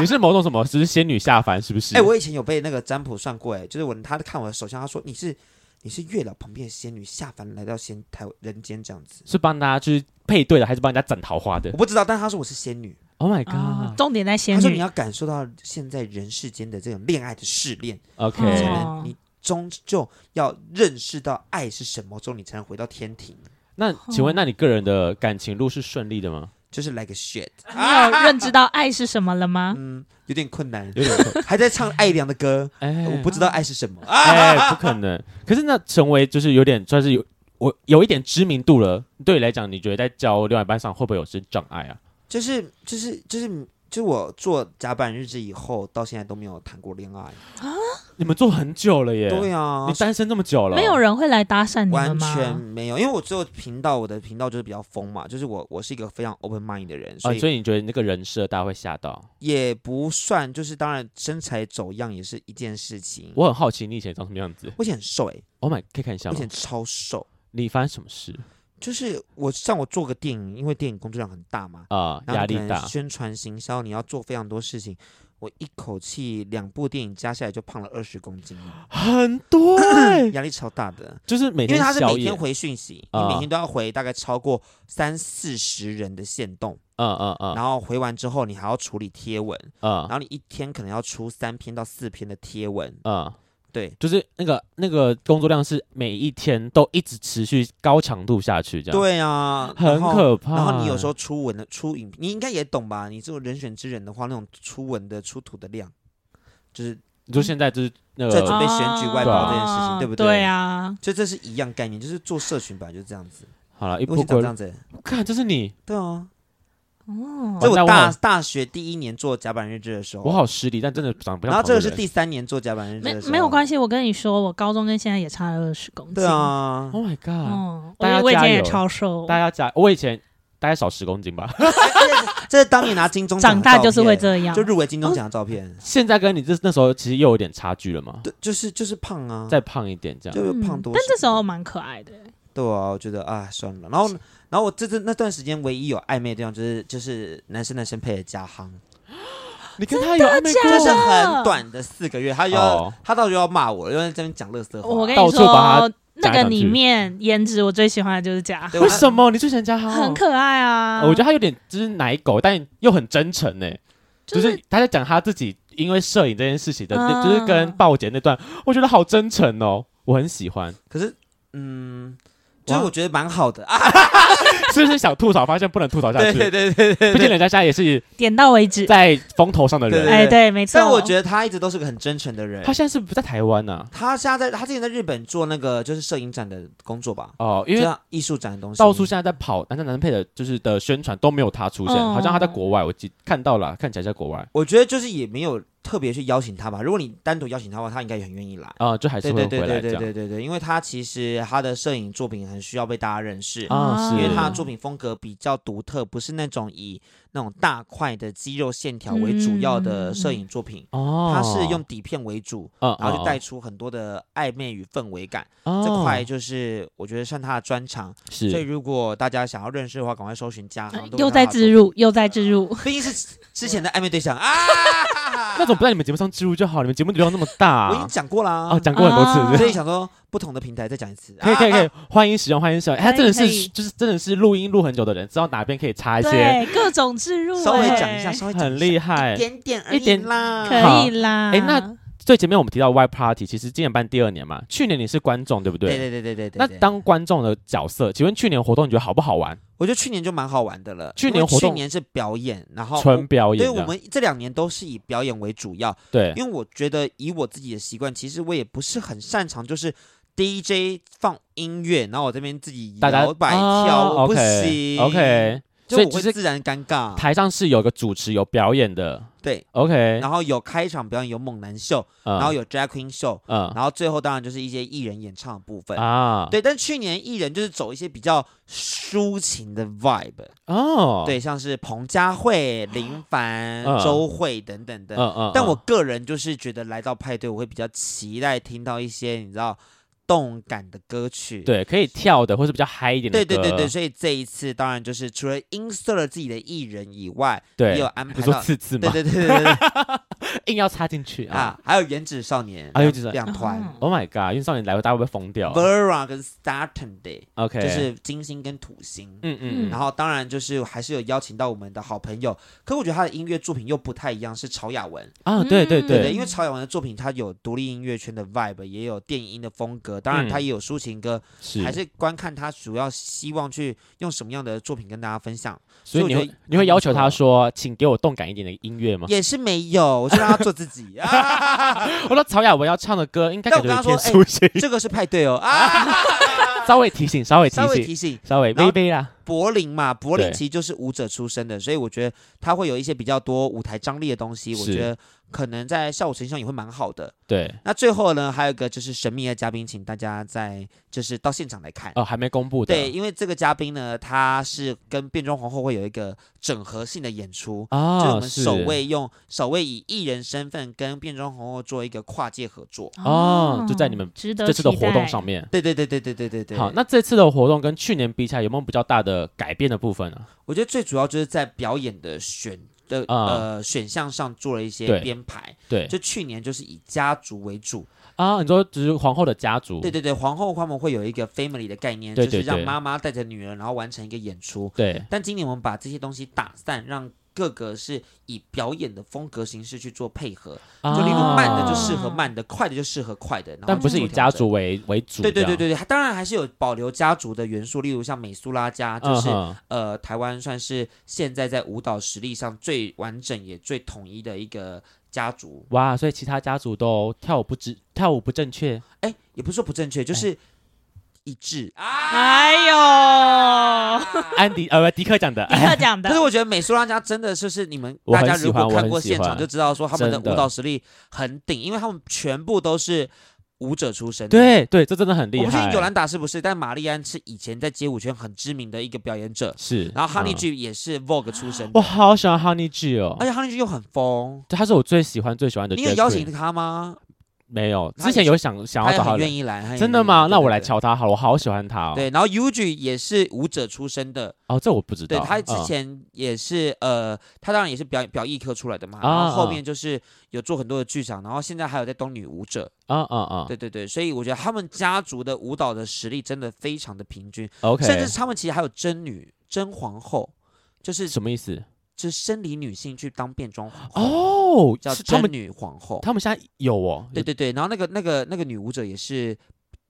[SPEAKER 2] 你是某种什么？只是仙女下凡是不是？
[SPEAKER 3] 哎、我以前有被那个占卜算过、哎，就是我他看我的手相，他说你是你是月老旁边的仙女下凡来到仙台人间这样子，
[SPEAKER 2] 是帮大家去配对的，还是帮人家斩桃花的
[SPEAKER 3] 我不知道，但他说我是仙女，
[SPEAKER 2] ？Oh my
[SPEAKER 1] 哦
[SPEAKER 2] god！
[SPEAKER 1] 重点在仙
[SPEAKER 3] 他说你
[SPEAKER 1] 女
[SPEAKER 3] 要感受到现在人世间的这种恋爱的试炼，
[SPEAKER 2] OK，
[SPEAKER 3] 才
[SPEAKER 1] 哦
[SPEAKER 3] 能你终究要认识到爱是什么，之后你才能回到天庭，
[SPEAKER 2] 那请问，那你个人的感情路是顺利的吗？
[SPEAKER 3] 就是 like a shit，
[SPEAKER 1] 你有认知到爱是什么了吗？
[SPEAKER 3] 嗯，有点困难，
[SPEAKER 2] 有
[SPEAKER 3] *laughs*
[SPEAKER 2] 点困
[SPEAKER 3] 还在唱艾良的歌，
[SPEAKER 2] 哎，
[SPEAKER 3] 我不知道爱是什么啊，
[SPEAKER 2] 哎，不可能。可是那成为就是有点算是有我有一点知名度了，对你来讲，你觉得在教另外一半上会不会有些障碍啊？
[SPEAKER 3] 就是就是就是。就我做甲板日志以后，到现在都没有谈过恋爱。
[SPEAKER 2] 你们做很久了耶，
[SPEAKER 3] 对啊
[SPEAKER 2] 你，单身这么久了，
[SPEAKER 1] 没有人会来搭讪你们
[SPEAKER 3] 完
[SPEAKER 1] 吗？
[SPEAKER 3] 全没有，因为我最后频道我的频道就是比较疯嘛，就是我我是一个非常 open mind 的人，
[SPEAKER 2] 啊
[SPEAKER 3] 所，以
[SPEAKER 2] 所以你觉得你那个人设大家会吓到？
[SPEAKER 3] 也不算就是当然身材走样也是一件事情。
[SPEAKER 2] 我
[SPEAKER 3] 我
[SPEAKER 2] 很好奇你以前长什么样子。
[SPEAKER 3] 以前很瘦哎、欸，
[SPEAKER 2] Oh my，可以看一下
[SPEAKER 3] 我以
[SPEAKER 2] 吗
[SPEAKER 3] 前？超瘦，
[SPEAKER 2] 你发生什么事
[SPEAKER 3] 就是我像我做个电影，因为电影工作量很大嘛，
[SPEAKER 2] 啊？
[SPEAKER 3] 然后
[SPEAKER 2] 压
[SPEAKER 3] 你
[SPEAKER 2] 力
[SPEAKER 3] 可能
[SPEAKER 2] 大，
[SPEAKER 3] 宣传行销你要做非常多事情，我一口气两部电影加起来就胖了二十公斤了，
[SPEAKER 2] 很多哎，
[SPEAKER 3] *coughs* 压力超大的。
[SPEAKER 2] 就是每
[SPEAKER 3] 因为
[SPEAKER 2] 天
[SPEAKER 3] 他是
[SPEAKER 2] 宵
[SPEAKER 3] 每
[SPEAKER 2] 夜
[SPEAKER 3] 天，回讯息，你
[SPEAKER 2] 啊
[SPEAKER 3] 每天都要回大概超过三四十人的限动，
[SPEAKER 2] 嗯嗯嗯
[SPEAKER 3] 然后回完之后你还要处理贴文，然
[SPEAKER 2] 嗯
[SPEAKER 3] 后你一天可能要出三篇到四篇的贴文，
[SPEAKER 2] 嗯，
[SPEAKER 3] 对
[SPEAKER 2] 就是那个那个工作量是每一天都一直持续高强度下去，这样
[SPEAKER 3] 对啊，
[SPEAKER 2] 很
[SPEAKER 3] 然后
[SPEAKER 2] 可怕。欸
[SPEAKER 3] 然后你有时候出文的出影，你应该也懂吧？你这种人选之人的话，那种出文的出土的量，就是
[SPEAKER 2] 你说现在就是那
[SPEAKER 3] 在准
[SPEAKER 2] 个
[SPEAKER 3] 备选举外
[SPEAKER 2] 包
[SPEAKER 1] 包
[SPEAKER 2] 这
[SPEAKER 3] 件事情对不
[SPEAKER 1] 哦
[SPEAKER 3] 对
[SPEAKER 1] 对？啊，
[SPEAKER 3] 就这是一样概念，就是做社群吧，就是这样子。
[SPEAKER 2] 好了，一
[SPEAKER 3] 我
[SPEAKER 2] 波
[SPEAKER 3] 先长
[SPEAKER 2] 过
[SPEAKER 3] 这样子，
[SPEAKER 2] 看，这是你，
[SPEAKER 3] 对啊，
[SPEAKER 1] 哦
[SPEAKER 3] 这
[SPEAKER 2] 那
[SPEAKER 3] 我
[SPEAKER 2] 我
[SPEAKER 3] 大
[SPEAKER 2] 好
[SPEAKER 3] 大学第一年做甲板日志的时
[SPEAKER 2] 我
[SPEAKER 3] 候，
[SPEAKER 2] 好失礼，但真的长不像。
[SPEAKER 3] 哦然后这个是第三年做甲板日志
[SPEAKER 1] 没
[SPEAKER 3] 的时候，
[SPEAKER 1] 没有关
[SPEAKER 3] 系，
[SPEAKER 1] 系，我跟你说，我高中跟现在也差了二十公斤。
[SPEAKER 3] 对，啊，
[SPEAKER 2] ，Oh my god！
[SPEAKER 1] 嗯，我
[SPEAKER 2] 大家
[SPEAKER 1] 我以
[SPEAKER 2] 加
[SPEAKER 1] 前
[SPEAKER 2] 油
[SPEAKER 1] 也超瘦，
[SPEAKER 2] 大家加，我以前大概少十公斤吧， *laughs*
[SPEAKER 3] 这是当年拿金钟奖
[SPEAKER 1] 长
[SPEAKER 3] 的
[SPEAKER 1] 大
[SPEAKER 3] 照
[SPEAKER 1] 就是会
[SPEAKER 3] 片
[SPEAKER 1] 这样哦
[SPEAKER 3] 就。入围金钟奖的照片，
[SPEAKER 2] 现在跟你这那时候其实又有点差距了嘛，
[SPEAKER 3] 对，就是就是胖啊，
[SPEAKER 2] 再胖一点这样。
[SPEAKER 3] 就
[SPEAKER 1] 嗯
[SPEAKER 3] 胖多少。
[SPEAKER 1] 但这时候蛮可爱的，
[SPEAKER 3] 对啊，我觉得啊，算了。然后，然后我这这那段时间唯一有暧昧的地方，就是就是男生男生配的加夯，
[SPEAKER 2] 你跟他有暧昧
[SPEAKER 3] 就
[SPEAKER 1] 真
[SPEAKER 3] 是
[SPEAKER 1] 的
[SPEAKER 2] 过？
[SPEAKER 3] 很短的四个月，他又要、
[SPEAKER 2] 哦
[SPEAKER 3] 他到时候要骂我，因为在那边讲乐色话。
[SPEAKER 1] 我跟
[SPEAKER 2] 到
[SPEAKER 1] 你
[SPEAKER 2] 处把它
[SPEAKER 1] 说，那
[SPEAKER 2] 夹上
[SPEAKER 1] 个
[SPEAKER 2] 去
[SPEAKER 1] 里面颜值我最喜欢的就是假，
[SPEAKER 3] 对
[SPEAKER 2] 为什么你最喜欢加他？
[SPEAKER 1] 很可爱啊。
[SPEAKER 2] 哦我觉得他有点就是奶狗，但又很真诚呢、就
[SPEAKER 1] 就是
[SPEAKER 2] 他在讲他自己因为摄影这件事情的，
[SPEAKER 1] 嗯
[SPEAKER 2] 就是跟鲍姐那段，我觉得好真诚哦，我很喜欢。
[SPEAKER 3] 可是，嗯，就是
[SPEAKER 2] 哇
[SPEAKER 3] 我觉得蛮好的啊。
[SPEAKER 2] 是不是想吐槽，发现不能吐槽下
[SPEAKER 3] 对
[SPEAKER 2] 去？
[SPEAKER 3] *laughs* 对对对对
[SPEAKER 2] 毕竟
[SPEAKER 3] 对。
[SPEAKER 2] 人家现在也是
[SPEAKER 1] 点到为止。
[SPEAKER 2] 在风头上的人，
[SPEAKER 3] 对
[SPEAKER 1] 哎，对，没错。
[SPEAKER 3] 但我觉得他一直都是个很真诚的人
[SPEAKER 2] 啊他。现在是不是在台湾啊呢、
[SPEAKER 3] 他现在在，他之前在日本做那个就是摄影展的工作吧，
[SPEAKER 2] 哦，因
[SPEAKER 3] 就
[SPEAKER 2] 为
[SPEAKER 3] 像艺术展的东西。
[SPEAKER 2] 到处现在在跑男生男生配的，就是的宣传都没有他出现，
[SPEAKER 3] 哦
[SPEAKER 1] 嗯
[SPEAKER 2] 好像他在国外，我记看到了，看起来在国外
[SPEAKER 3] 我觉得就是也没有特别去邀请他吧。如果你单独邀请他的话，他应该也很愿意来。
[SPEAKER 2] 啊、就还是
[SPEAKER 3] 对
[SPEAKER 2] 会
[SPEAKER 3] 对对
[SPEAKER 2] 回来
[SPEAKER 3] 对
[SPEAKER 2] 这
[SPEAKER 3] 对
[SPEAKER 2] 样
[SPEAKER 3] 对对对，因为他其实他的摄影作品很需要被大家认识。
[SPEAKER 2] 啊，是
[SPEAKER 3] 因为他的
[SPEAKER 1] 嗯
[SPEAKER 3] 作品风格比较独特，不是那种以那种大块的肌肉线条为主要的摄影作品，
[SPEAKER 2] 哦，
[SPEAKER 3] 他是用底片为主，
[SPEAKER 2] 嗯，
[SPEAKER 3] 然后就带
[SPEAKER 2] 嗯
[SPEAKER 3] 出很多的暧昧与氛围感。
[SPEAKER 2] 嗯
[SPEAKER 3] 这块
[SPEAKER 2] 哦
[SPEAKER 3] 就是我觉得算他的专长，所以
[SPEAKER 2] 是
[SPEAKER 3] 如果大家想要认识的话，赶快搜寻加航。
[SPEAKER 1] 呃又在
[SPEAKER 3] 植
[SPEAKER 1] 置，入，又在置入。
[SPEAKER 3] 毕竟是之前的暧昧对象啊啊
[SPEAKER 2] *laughs* ，那种不在你们节目上植入就好，你们节目流量那么大
[SPEAKER 3] 我已经
[SPEAKER 2] 啊，
[SPEAKER 3] 讲过啦
[SPEAKER 2] 啊，讲过很多次，
[SPEAKER 1] 啊
[SPEAKER 2] 是不是
[SPEAKER 3] 所以想说不同的平台再讲一次，
[SPEAKER 2] 可以可以
[SPEAKER 3] 啊
[SPEAKER 2] 可以，欢迎使用欢迎使用。哎他真的
[SPEAKER 1] 可以可
[SPEAKER 2] 是
[SPEAKER 1] 以
[SPEAKER 2] 就是真的是录音录很久的人，知道哪边可以插一些，
[SPEAKER 1] 对，各种置入，
[SPEAKER 3] 啊稍微
[SPEAKER 1] 哎
[SPEAKER 3] 讲一下，稍微讲
[SPEAKER 2] 很
[SPEAKER 3] 一
[SPEAKER 2] 厉
[SPEAKER 3] 下
[SPEAKER 2] 害
[SPEAKER 3] 一。点点而
[SPEAKER 2] 一
[SPEAKER 3] 已
[SPEAKER 2] 点
[SPEAKER 3] 啦。
[SPEAKER 1] 可以啦。
[SPEAKER 2] 哎那最前面我们提到 Y Party，其实今年办第二年嘛，去年你是观众对不
[SPEAKER 3] 对
[SPEAKER 2] 对？
[SPEAKER 3] 对对对对对。
[SPEAKER 2] 那
[SPEAKER 3] 对
[SPEAKER 2] 当观众的角色，请问去年活动你觉得好不好玩？
[SPEAKER 3] 我觉得去年就蛮好玩的了，
[SPEAKER 2] 去
[SPEAKER 3] 因
[SPEAKER 2] 年
[SPEAKER 3] 为
[SPEAKER 2] 活
[SPEAKER 3] 去
[SPEAKER 2] 动
[SPEAKER 3] 年是表演，然后
[SPEAKER 2] 纯
[SPEAKER 3] 我。
[SPEAKER 2] 表演
[SPEAKER 3] 对
[SPEAKER 2] 这
[SPEAKER 3] 我
[SPEAKER 2] 样，
[SPEAKER 3] 们这两年都是以表演为主要，
[SPEAKER 2] 对
[SPEAKER 3] 因为我觉得以我自己的习惯，其实我也不是很擅长，就是 DJ 放音乐，然后我这边自己
[SPEAKER 2] 大家啊
[SPEAKER 3] 摇摆跳，我不行。
[SPEAKER 2] OK，
[SPEAKER 3] 就
[SPEAKER 2] 所以
[SPEAKER 3] 我
[SPEAKER 2] 其
[SPEAKER 3] 会
[SPEAKER 2] 实
[SPEAKER 3] 自然尴尬。
[SPEAKER 2] 台上是有个主持有表演的
[SPEAKER 3] 对，
[SPEAKER 2] ，OK，
[SPEAKER 3] 然后有开场表演，有猛男秀，
[SPEAKER 2] 然
[SPEAKER 3] 然后有 drag queen 秀，
[SPEAKER 2] 嗯
[SPEAKER 3] 然后最后当然就是一些艺人演唱的部分。
[SPEAKER 2] 啊，
[SPEAKER 3] 对，但去年艺人就是走一些比较抒情的 vibe，
[SPEAKER 2] 哦，
[SPEAKER 3] 对，像是彭佳慧、林凡
[SPEAKER 2] 嗯、
[SPEAKER 3] 周慧等等的。
[SPEAKER 2] 嗯，嗯嗯，
[SPEAKER 3] 但我个人就是觉得来到派对，我会比较期待听到一些你知道动感的歌曲。
[SPEAKER 2] 对可以跳的，或是比较嗨一点的
[SPEAKER 3] 对
[SPEAKER 2] 歌，
[SPEAKER 3] 对对对，所以这一次当然就是除了音色了自己的艺人以外，也
[SPEAKER 2] 对
[SPEAKER 3] 有安排
[SPEAKER 2] 你说
[SPEAKER 3] 到。
[SPEAKER 2] 次次
[SPEAKER 3] 对
[SPEAKER 2] 嘛，
[SPEAKER 3] 对对对对
[SPEAKER 2] *laughs*
[SPEAKER 3] 对
[SPEAKER 2] 硬要插进去啊
[SPEAKER 3] 啊，还有原子少年
[SPEAKER 2] 啊
[SPEAKER 3] 两
[SPEAKER 2] 原子少
[SPEAKER 3] 两团
[SPEAKER 1] 哦
[SPEAKER 2] ！Oh my god，因为少年来了，大家会不会疯掉啊
[SPEAKER 3] ，Vera 跟 Saturday，
[SPEAKER 2] ？OK，
[SPEAKER 3] 就是金星跟土星。
[SPEAKER 2] 嗯嗯，
[SPEAKER 3] 然后当然就是还是有邀请到我们的好朋友，可我觉得他的音乐作品又不太一样，是曹雅文。
[SPEAKER 2] 啊，对对
[SPEAKER 1] 嗯
[SPEAKER 3] 对的，
[SPEAKER 2] 对，
[SPEAKER 3] 因为曹雅文的作品，它有独立音乐圈的 vibe，也有电影音的风格，当然
[SPEAKER 2] 嗯
[SPEAKER 3] 它也有抒情歌，
[SPEAKER 2] 是
[SPEAKER 3] 还是观看他主要希望去用什么样的作品跟大家分享，
[SPEAKER 2] 所以
[SPEAKER 3] 所
[SPEAKER 2] 你
[SPEAKER 3] 以我
[SPEAKER 2] 会
[SPEAKER 3] 觉得
[SPEAKER 2] 你会要求他
[SPEAKER 3] 啊
[SPEAKER 2] 说，请给我动感一点的音乐
[SPEAKER 3] *laughs*
[SPEAKER 2] 吗？
[SPEAKER 3] 也是没有，我就让他做自
[SPEAKER 2] *laughs*
[SPEAKER 3] 己啊。
[SPEAKER 2] 我说曹雅文要唱的歌应该感觉有
[SPEAKER 3] 但
[SPEAKER 2] 偏
[SPEAKER 3] 我刚刚
[SPEAKER 2] 抒情，
[SPEAKER 3] 这个是派对
[SPEAKER 2] *laughs*
[SPEAKER 3] 哦啊，
[SPEAKER 2] 稍微提醒，稍微提
[SPEAKER 3] *laughs* 稍微
[SPEAKER 2] 醒，
[SPEAKER 3] 提醒
[SPEAKER 2] 稍微
[SPEAKER 3] 然后
[SPEAKER 2] 微微啦。
[SPEAKER 3] 柏林嘛，柏林
[SPEAKER 2] 对
[SPEAKER 3] 其实就是舞者出身的，所以我觉得他会有一些比较多舞台张力的东西，我
[SPEAKER 2] 是
[SPEAKER 3] 觉得可能在效果呈现上也会蛮好的。
[SPEAKER 2] 对，
[SPEAKER 3] 那最后呢，还有一个就是神秘的嘉宾，请大家在就是到现场来看。
[SPEAKER 2] 哦，还没公布的。
[SPEAKER 3] 对，因为这个嘉宾呢，他是跟变装皇后会有一个整合性的演出，就是我
[SPEAKER 2] 啊，
[SPEAKER 3] 们
[SPEAKER 2] 是
[SPEAKER 3] 首位用首位以艺人身份跟变装皇后做一个跨界合作。
[SPEAKER 2] 哦就在你们
[SPEAKER 1] 值得
[SPEAKER 2] 这次的
[SPEAKER 1] 期
[SPEAKER 2] 活动
[SPEAKER 1] 待
[SPEAKER 2] 上面。
[SPEAKER 3] 对对对对对对对对。
[SPEAKER 2] 好，那这次的活动跟去年比起来，有没有比较大的改变的部分啊呢？
[SPEAKER 3] 我觉得最主要就是在表演的选的、
[SPEAKER 2] 啊
[SPEAKER 3] 呃选项上做了一些
[SPEAKER 2] 对
[SPEAKER 3] 编排。
[SPEAKER 2] 对
[SPEAKER 3] 就去年就是以家族为主，
[SPEAKER 2] 啊，你说只是皇后的家族，
[SPEAKER 3] 对对对，皇后他们会有一个 family 的概念，
[SPEAKER 2] 对
[SPEAKER 3] 就
[SPEAKER 2] 对
[SPEAKER 3] 是让
[SPEAKER 2] 对
[SPEAKER 3] 妈妈带着女儿，然后完成一个演出。
[SPEAKER 2] 对
[SPEAKER 3] 但今年我们把这些东西打散，让各个是以表演的风格形式去做配合，就例如
[SPEAKER 2] 啊
[SPEAKER 3] 慢的就适合慢的，快的就适合快的，然后
[SPEAKER 2] 但不是
[SPEAKER 3] 去
[SPEAKER 2] 以
[SPEAKER 3] 做调
[SPEAKER 2] 家
[SPEAKER 3] 整。
[SPEAKER 2] 族为为主这
[SPEAKER 3] 对
[SPEAKER 2] 样。
[SPEAKER 3] 对对对对，当然还是有保留家族的元素，例如像美苏拉家，就
[SPEAKER 2] 嗯
[SPEAKER 3] 是、
[SPEAKER 2] 哼
[SPEAKER 3] 呃台湾算是现在在舞蹈实力上最完整也最统一的一个家族。
[SPEAKER 2] 哇，所以其他家族都跳舞不知跳舞不正确，
[SPEAKER 3] 哎，也不是说不正确，
[SPEAKER 2] 哎
[SPEAKER 3] 就是一致啊。
[SPEAKER 1] 哎呦，
[SPEAKER 2] *laughs* 安迪呃迪克讲的，
[SPEAKER 1] 迪克讲的
[SPEAKER 3] *laughs* 可是，我觉得美苏拉家真的就是你们
[SPEAKER 2] 我
[SPEAKER 3] 大
[SPEAKER 2] 很
[SPEAKER 3] 家
[SPEAKER 2] 喜
[SPEAKER 3] 如
[SPEAKER 2] 欢
[SPEAKER 3] 果
[SPEAKER 2] 我
[SPEAKER 3] 看
[SPEAKER 2] 很
[SPEAKER 3] 过
[SPEAKER 2] 喜
[SPEAKER 3] 现场
[SPEAKER 2] 欢
[SPEAKER 3] 就知道，说他们的
[SPEAKER 2] 真的
[SPEAKER 3] 舞蹈实力很顶，因为他们全部都是舞者出身。。
[SPEAKER 2] *laughs* 对对，这真的很厉
[SPEAKER 3] 我不确
[SPEAKER 2] 害
[SPEAKER 3] 定。尤兰达是不是，但玛丽安是以前在街舞圈很知名的一个表演者，
[SPEAKER 2] 是，
[SPEAKER 3] 然后哈尼
[SPEAKER 2] 嗯
[SPEAKER 3] 剧也是 Vogue 出身
[SPEAKER 2] 我
[SPEAKER 3] 的，
[SPEAKER 2] 好喜
[SPEAKER 3] 哎
[SPEAKER 2] 欢 Honey G 哦
[SPEAKER 3] 而，且哈尼剧又很疯。
[SPEAKER 2] 他是我最喜欢最喜欢的。
[SPEAKER 3] 你有邀请？他吗？
[SPEAKER 2] 没有，
[SPEAKER 3] 他也
[SPEAKER 2] 之前有想想
[SPEAKER 3] 他
[SPEAKER 2] 要
[SPEAKER 3] 也
[SPEAKER 2] 找他
[SPEAKER 3] 很
[SPEAKER 2] 的
[SPEAKER 3] 愿，意来，他也
[SPEAKER 2] 真的
[SPEAKER 3] 很愿意
[SPEAKER 2] 吗？
[SPEAKER 3] 来
[SPEAKER 2] 那我来。
[SPEAKER 3] 对对对
[SPEAKER 2] 敲他好了，我好喜欢他哦。
[SPEAKER 3] 对，然后 Uji 也是舞者出身的，
[SPEAKER 2] 哦，这我不知
[SPEAKER 3] 对
[SPEAKER 2] 道。
[SPEAKER 3] 他之
[SPEAKER 2] 嗯
[SPEAKER 3] 前也是、呃，他当然也是表演表艺科出来的嘛，
[SPEAKER 2] 啊
[SPEAKER 3] 然后后
[SPEAKER 2] 啊
[SPEAKER 3] 面就是有做很多的剧场，然后现在还有在当女舞者，
[SPEAKER 2] 啊啊啊
[SPEAKER 3] 对对对，所以我觉得他们家族的舞蹈的实力真的非常的平均，
[SPEAKER 2] ，OK，
[SPEAKER 3] 甚至是他们其实还有真女真皇后，就是
[SPEAKER 2] 什么意思？
[SPEAKER 3] 就是生理女性去当变装皇后，
[SPEAKER 2] 哦，
[SPEAKER 3] 叫
[SPEAKER 2] 是他
[SPEAKER 3] 真
[SPEAKER 2] 们
[SPEAKER 3] 女皇后，
[SPEAKER 2] 他们现在有哦，
[SPEAKER 3] 对对对，然后那个那个那个女舞者也是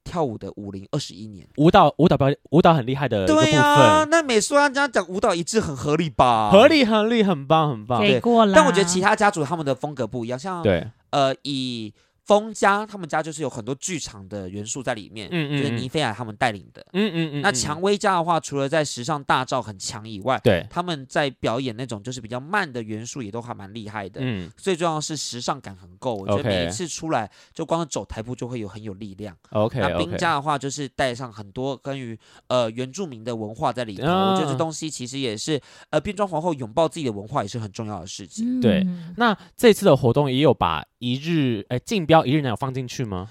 [SPEAKER 3] 跳舞的舞龄二十一年，
[SPEAKER 2] 舞蹈舞蹈表演舞蹈很厉害的一个部
[SPEAKER 3] 对啊，
[SPEAKER 2] 分，
[SPEAKER 3] 那美术让家讲舞蹈一致很合理吧？
[SPEAKER 2] 合。理合理，很棒很棒。
[SPEAKER 1] 给过啦。
[SPEAKER 3] 但我觉得其他家族他们的风格不一样，像
[SPEAKER 2] 对，
[SPEAKER 3] 呃以风家他们家就是有很多剧场的元素在里面，
[SPEAKER 2] 嗯
[SPEAKER 3] 就是
[SPEAKER 2] 嗯
[SPEAKER 3] 尼
[SPEAKER 2] 嗯
[SPEAKER 3] 菲亚他们带领的。
[SPEAKER 2] 嗯嗯嗯，
[SPEAKER 3] 那
[SPEAKER 2] 嗯
[SPEAKER 3] 蔷薇家的话，除了在时尚大照很强以外，
[SPEAKER 2] 对，
[SPEAKER 3] 他们在表演那种就是比较慢的元素也都还蛮厉害的。
[SPEAKER 2] 嗯
[SPEAKER 3] 最重要的是时尚感很够，我觉得
[SPEAKER 2] OK
[SPEAKER 3] 每一次出来就光是走台步就会有很有力量。
[SPEAKER 2] ，OK
[SPEAKER 3] 那兵
[SPEAKER 2] OK，
[SPEAKER 3] 家的话，就是带上很多关于呃原住民的文化在里头。我觉得这
[SPEAKER 2] 啊
[SPEAKER 3] 东西其实也是呃变装皇后拥抱自己的文化也是很重要的事情。
[SPEAKER 1] 嗯
[SPEAKER 2] 对
[SPEAKER 3] *laughs*
[SPEAKER 2] 那这次的活动也有把一日哎竞标一日男友放进去吗？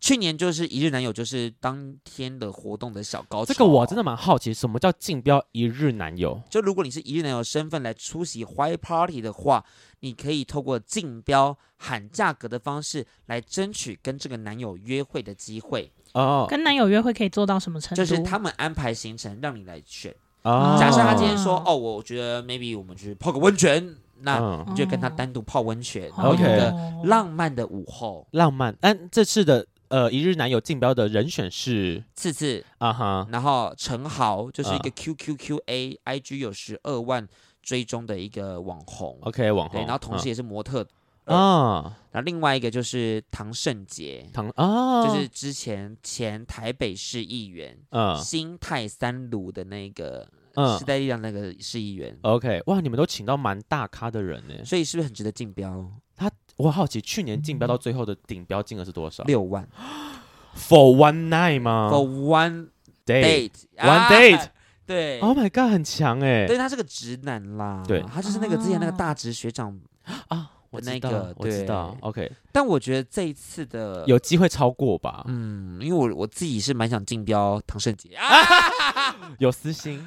[SPEAKER 3] 去年就是一日男友，就是当天的活动的小高潮。
[SPEAKER 2] 这个我真的蛮好奇，什么叫竞标一日男友？
[SPEAKER 3] 就如果你是一日男友身份来出席 White Party 的话，你可以透过竞标喊价格的方式来争取跟这个男友约会的机会，
[SPEAKER 2] 哦，
[SPEAKER 1] 跟男友约会可以做到什么程度？
[SPEAKER 3] 就是他们安排行程让你来选。
[SPEAKER 2] 哦
[SPEAKER 3] 假设他今天说，哦，我觉得 maybe 我们去泡个温泉，那
[SPEAKER 2] 嗯
[SPEAKER 3] 你就跟他单独泡温泉，然后有
[SPEAKER 2] OK
[SPEAKER 3] 一个
[SPEAKER 1] 哦
[SPEAKER 3] 浪漫的午后。
[SPEAKER 2] 浪漫，但这次的呃一日男友竞标的人选是
[SPEAKER 3] 次次，
[SPEAKER 2] 啊哈
[SPEAKER 3] 然后陈豪就是一个
[SPEAKER 2] 嗯
[SPEAKER 3] QQQA、IG 有十二万追踪的一个网红，
[SPEAKER 2] ，OK 哦网
[SPEAKER 3] 对，
[SPEAKER 2] 红，
[SPEAKER 3] 然后同时也是模特，
[SPEAKER 2] 嗯啊
[SPEAKER 3] 然后另外一个就是唐盛杰，
[SPEAKER 2] 唐啊
[SPEAKER 3] 就是之前前台北市议员。
[SPEAKER 2] 嗯
[SPEAKER 3] 新泰三卢的那个
[SPEAKER 2] 嗯哦
[SPEAKER 3] 时代力量那个市议员，
[SPEAKER 2] OK，哇，你们都请到蛮大咖的人呢。
[SPEAKER 3] 所以是不是很值得竞标？
[SPEAKER 2] 啊我好奇，去年竞标到最后的顶标金额是多少
[SPEAKER 3] 六万
[SPEAKER 2] ？For one night 吗
[SPEAKER 3] for one
[SPEAKER 2] day
[SPEAKER 3] date
[SPEAKER 2] one
[SPEAKER 3] 啊
[SPEAKER 2] date
[SPEAKER 3] *laughs* 对，
[SPEAKER 2] Oh my god，很强哎
[SPEAKER 3] 对，。他是个直男啦，
[SPEAKER 2] 对
[SPEAKER 3] 他就是那个之前那个
[SPEAKER 1] 哦
[SPEAKER 3] 大直学长。
[SPEAKER 2] 啊，我
[SPEAKER 3] 那
[SPEAKER 2] 知
[SPEAKER 3] 个
[SPEAKER 2] 道，我知
[SPEAKER 3] 对
[SPEAKER 2] 道。OK，
[SPEAKER 3] 但我觉得这一次的
[SPEAKER 2] 有，机会超过吧？
[SPEAKER 3] 嗯，因为我我自己是蛮想竞标唐圣杰啊，
[SPEAKER 2] 有私心，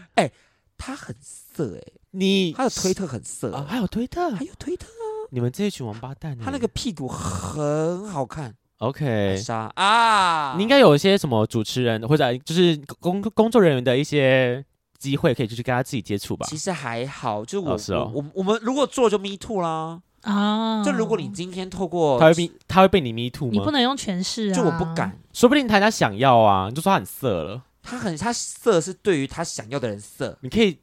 [SPEAKER 3] 他很色哎、
[SPEAKER 2] 你
[SPEAKER 3] 他的推特很色、欸
[SPEAKER 2] 啊，还有推特，
[SPEAKER 3] 还有推特，
[SPEAKER 2] 你们这一群王八蛋欸。
[SPEAKER 3] 他那个屁股很好看，
[SPEAKER 2] OK，
[SPEAKER 3] 莎哎啊，
[SPEAKER 2] 你应该有一些什么主持人或者就是工工作人员的一些机会，可以就去跟他自己接触吧
[SPEAKER 3] 其。实还好，就我、
[SPEAKER 2] 哦是哦嗯
[SPEAKER 3] 我我我们如果做就 me too 啦，
[SPEAKER 1] 啊，
[SPEAKER 3] 就如果你今天透过
[SPEAKER 2] 他会被他会被你 me too
[SPEAKER 1] 你不
[SPEAKER 2] 吗？
[SPEAKER 1] 能用诠释啊，
[SPEAKER 3] 就我不敢，
[SPEAKER 2] 说不定大家想要啊，你就说他很色了，
[SPEAKER 3] 他很他色是对于他想要的人色，
[SPEAKER 2] 你可以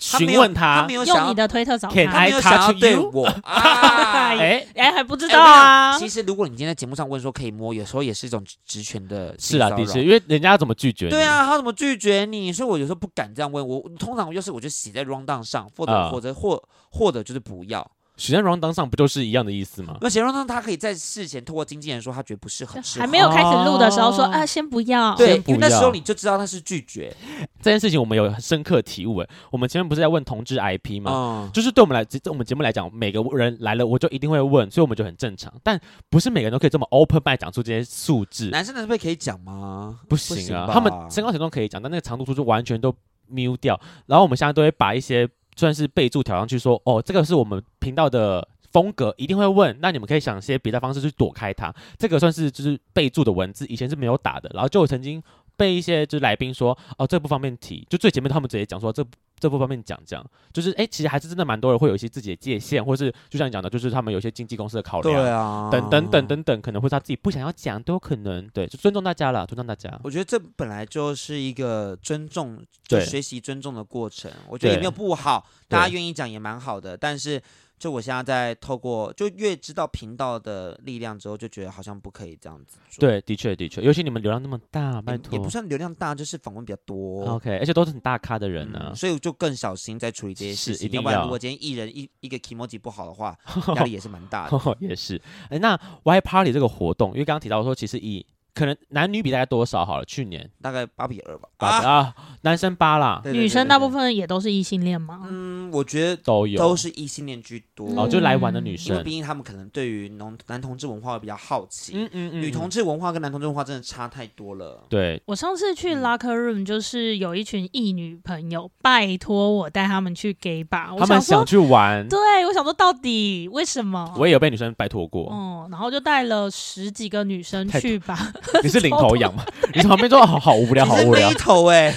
[SPEAKER 3] 他
[SPEAKER 2] 询
[SPEAKER 3] 没有
[SPEAKER 2] 问
[SPEAKER 3] 他没有想
[SPEAKER 1] 用
[SPEAKER 3] 要
[SPEAKER 1] 你的推特找
[SPEAKER 2] Can
[SPEAKER 1] 他
[SPEAKER 3] 他。没有
[SPEAKER 2] 啊 I
[SPEAKER 3] 想要
[SPEAKER 2] touch
[SPEAKER 3] 对
[SPEAKER 2] you？ *laughs*
[SPEAKER 3] 我啊。
[SPEAKER 2] 哎，
[SPEAKER 1] 哎，还不知道啊
[SPEAKER 3] 哎我跟你讲。其实如果你今天在节目上问说可以摸，有时候也是一种职权的
[SPEAKER 2] 是
[SPEAKER 3] 性
[SPEAKER 2] 啊，
[SPEAKER 3] 骚
[SPEAKER 2] 的
[SPEAKER 3] 扰
[SPEAKER 2] 确，因为人家要怎么拒绝？
[SPEAKER 3] 对，啊，他怎么拒绝你？所以我有时候不敢这样问。我通常就是我就写在 round down 上，或者、
[SPEAKER 2] 啊
[SPEAKER 3] 或者或或者就是不要。
[SPEAKER 2] 许在 round 当上不就是一样的意思吗？
[SPEAKER 3] 那写 round down，他可以在事前通过经纪人说他觉得不是很适合。
[SPEAKER 1] 还没有开始录的时候说
[SPEAKER 2] 哦
[SPEAKER 1] 啊，先不要。
[SPEAKER 3] 对
[SPEAKER 2] 先，不
[SPEAKER 3] 因为那时候
[SPEAKER 2] 要
[SPEAKER 3] 你就知道他是拒绝。
[SPEAKER 2] 这件事情我们有很深刻体悟诶。欸我们前面不是在问同志 IP 吗？
[SPEAKER 3] 嗯，
[SPEAKER 2] 就是对我们来，对我们节目来讲，每个人来了我就一定会问，所以我们就很正常。但不是每个人都可以这么 open mind 讲出这些素质，
[SPEAKER 3] 男生男生被可以讲吗？
[SPEAKER 2] 不
[SPEAKER 3] 不
[SPEAKER 2] 行
[SPEAKER 3] 行
[SPEAKER 2] 啊。
[SPEAKER 3] 吧
[SPEAKER 2] 他们身高体重可以讲，但那个长度数就完全都嗯 mute 掉。然后我们现在都会把一些算是备注调上去说，哦，这个是我们频道的呃风格，一定会问。那你们可以想一些别的方式去躲开它。这个算是就是备注的文字，以前是没有打的。然后就有曾经被一些就是来宾说，哦，这不方便提，就最前面他们直接讲说这这不方便讲，这样就是哎、诶其实还是真的蛮多人会有一些自己的界限，或是就像你讲的，就是他们有一些经纪公司的考量。
[SPEAKER 3] 对啊，
[SPEAKER 2] 等等等。等等，可能会是他自己不想要讲，都有可能。对，就尊重大家啦，尊重大家。
[SPEAKER 3] 我觉得这本来就是一个尊重，就
[SPEAKER 2] 对
[SPEAKER 3] 学习尊重的过程。我觉得也
[SPEAKER 2] 对
[SPEAKER 3] 没有不好，大家
[SPEAKER 2] 对
[SPEAKER 3] 愿意讲也蛮好的。但是，就我现在在透过，就越知道频道的力量之后，就觉得好像不可以这样子做。
[SPEAKER 2] 对，
[SPEAKER 3] 也，
[SPEAKER 2] 的确的确，尤其你们流量那么大，拜
[SPEAKER 3] 也不
[SPEAKER 2] 托。
[SPEAKER 3] 算流量大，就是访问比较多。
[SPEAKER 2] OK，而且都是很大咖的人啊
[SPEAKER 3] 嗯
[SPEAKER 2] 呢、
[SPEAKER 3] 所以我就更小心在处理这些事
[SPEAKER 2] 是
[SPEAKER 3] 情，
[SPEAKER 2] 一定
[SPEAKER 3] 要不然
[SPEAKER 2] 要
[SPEAKER 3] 如果今天艺人一一个 emoji 不好
[SPEAKER 2] *laughs*
[SPEAKER 3] 的话，压力也是蛮大的。
[SPEAKER 2] 也是。哎，那 Y Party 这个活动，因为刚刚提到说，其实以可能男女比大概多少好了？去年
[SPEAKER 3] 大概八比二吧。
[SPEAKER 2] 八
[SPEAKER 3] 啊，
[SPEAKER 2] 啊，男生八啦，
[SPEAKER 3] 对
[SPEAKER 1] 女生大部，
[SPEAKER 3] 对对对对
[SPEAKER 1] 分也都是异性恋嘛，
[SPEAKER 3] 嗯，我觉得
[SPEAKER 2] 都有
[SPEAKER 3] 都是异性恋居多，
[SPEAKER 1] 嗯
[SPEAKER 2] 哦，就来玩的女
[SPEAKER 3] 因为
[SPEAKER 2] 生
[SPEAKER 3] 毕，竟他们可能对于男男同志文化会比较好奇，
[SPEAKER 2] 嗯嗯嗯
[SPEAKER 3] 女同志文化跟男同志文化真的差太多了。
[SPEAKER 2] 对，
[SPEAKER 1] 我上次
[SPEAKER 2] 嗯
[SPEAKER 1] 去 locker room 就是有一群异女朋友，拜托我带他们去 gay 吧。
[SPEAKER 2] 他
[SPEAKER 1] 我
[SPEAKER 2] 们
[SPEAKER 1] 说
[SPEAKER 2] 想，去玩，
[SPEAKER 1] 对我想说到底为什么？
[SPEAKER 2] 我也有被女生拜托过，
[SPEAKER 3] 嗯
[SPEAKER 1] 哦、然后就带了十几个女生
[SPEAKER 2] 太
[SPEAKER 1] 去 *laughs* 吧，
[SPEAKER 2] 你是领头羊
[SPEAKER 3] *laughs*
[SPEAKER 2] 吗？你旁边说好哦好无聊，好
[SPEAKER 3] 你是
[SPEAKER 2] 无聊
[SPEAKER 3] 背，头
[SPEAKER 1] *laughs*
[SPEAKER 3] 哎、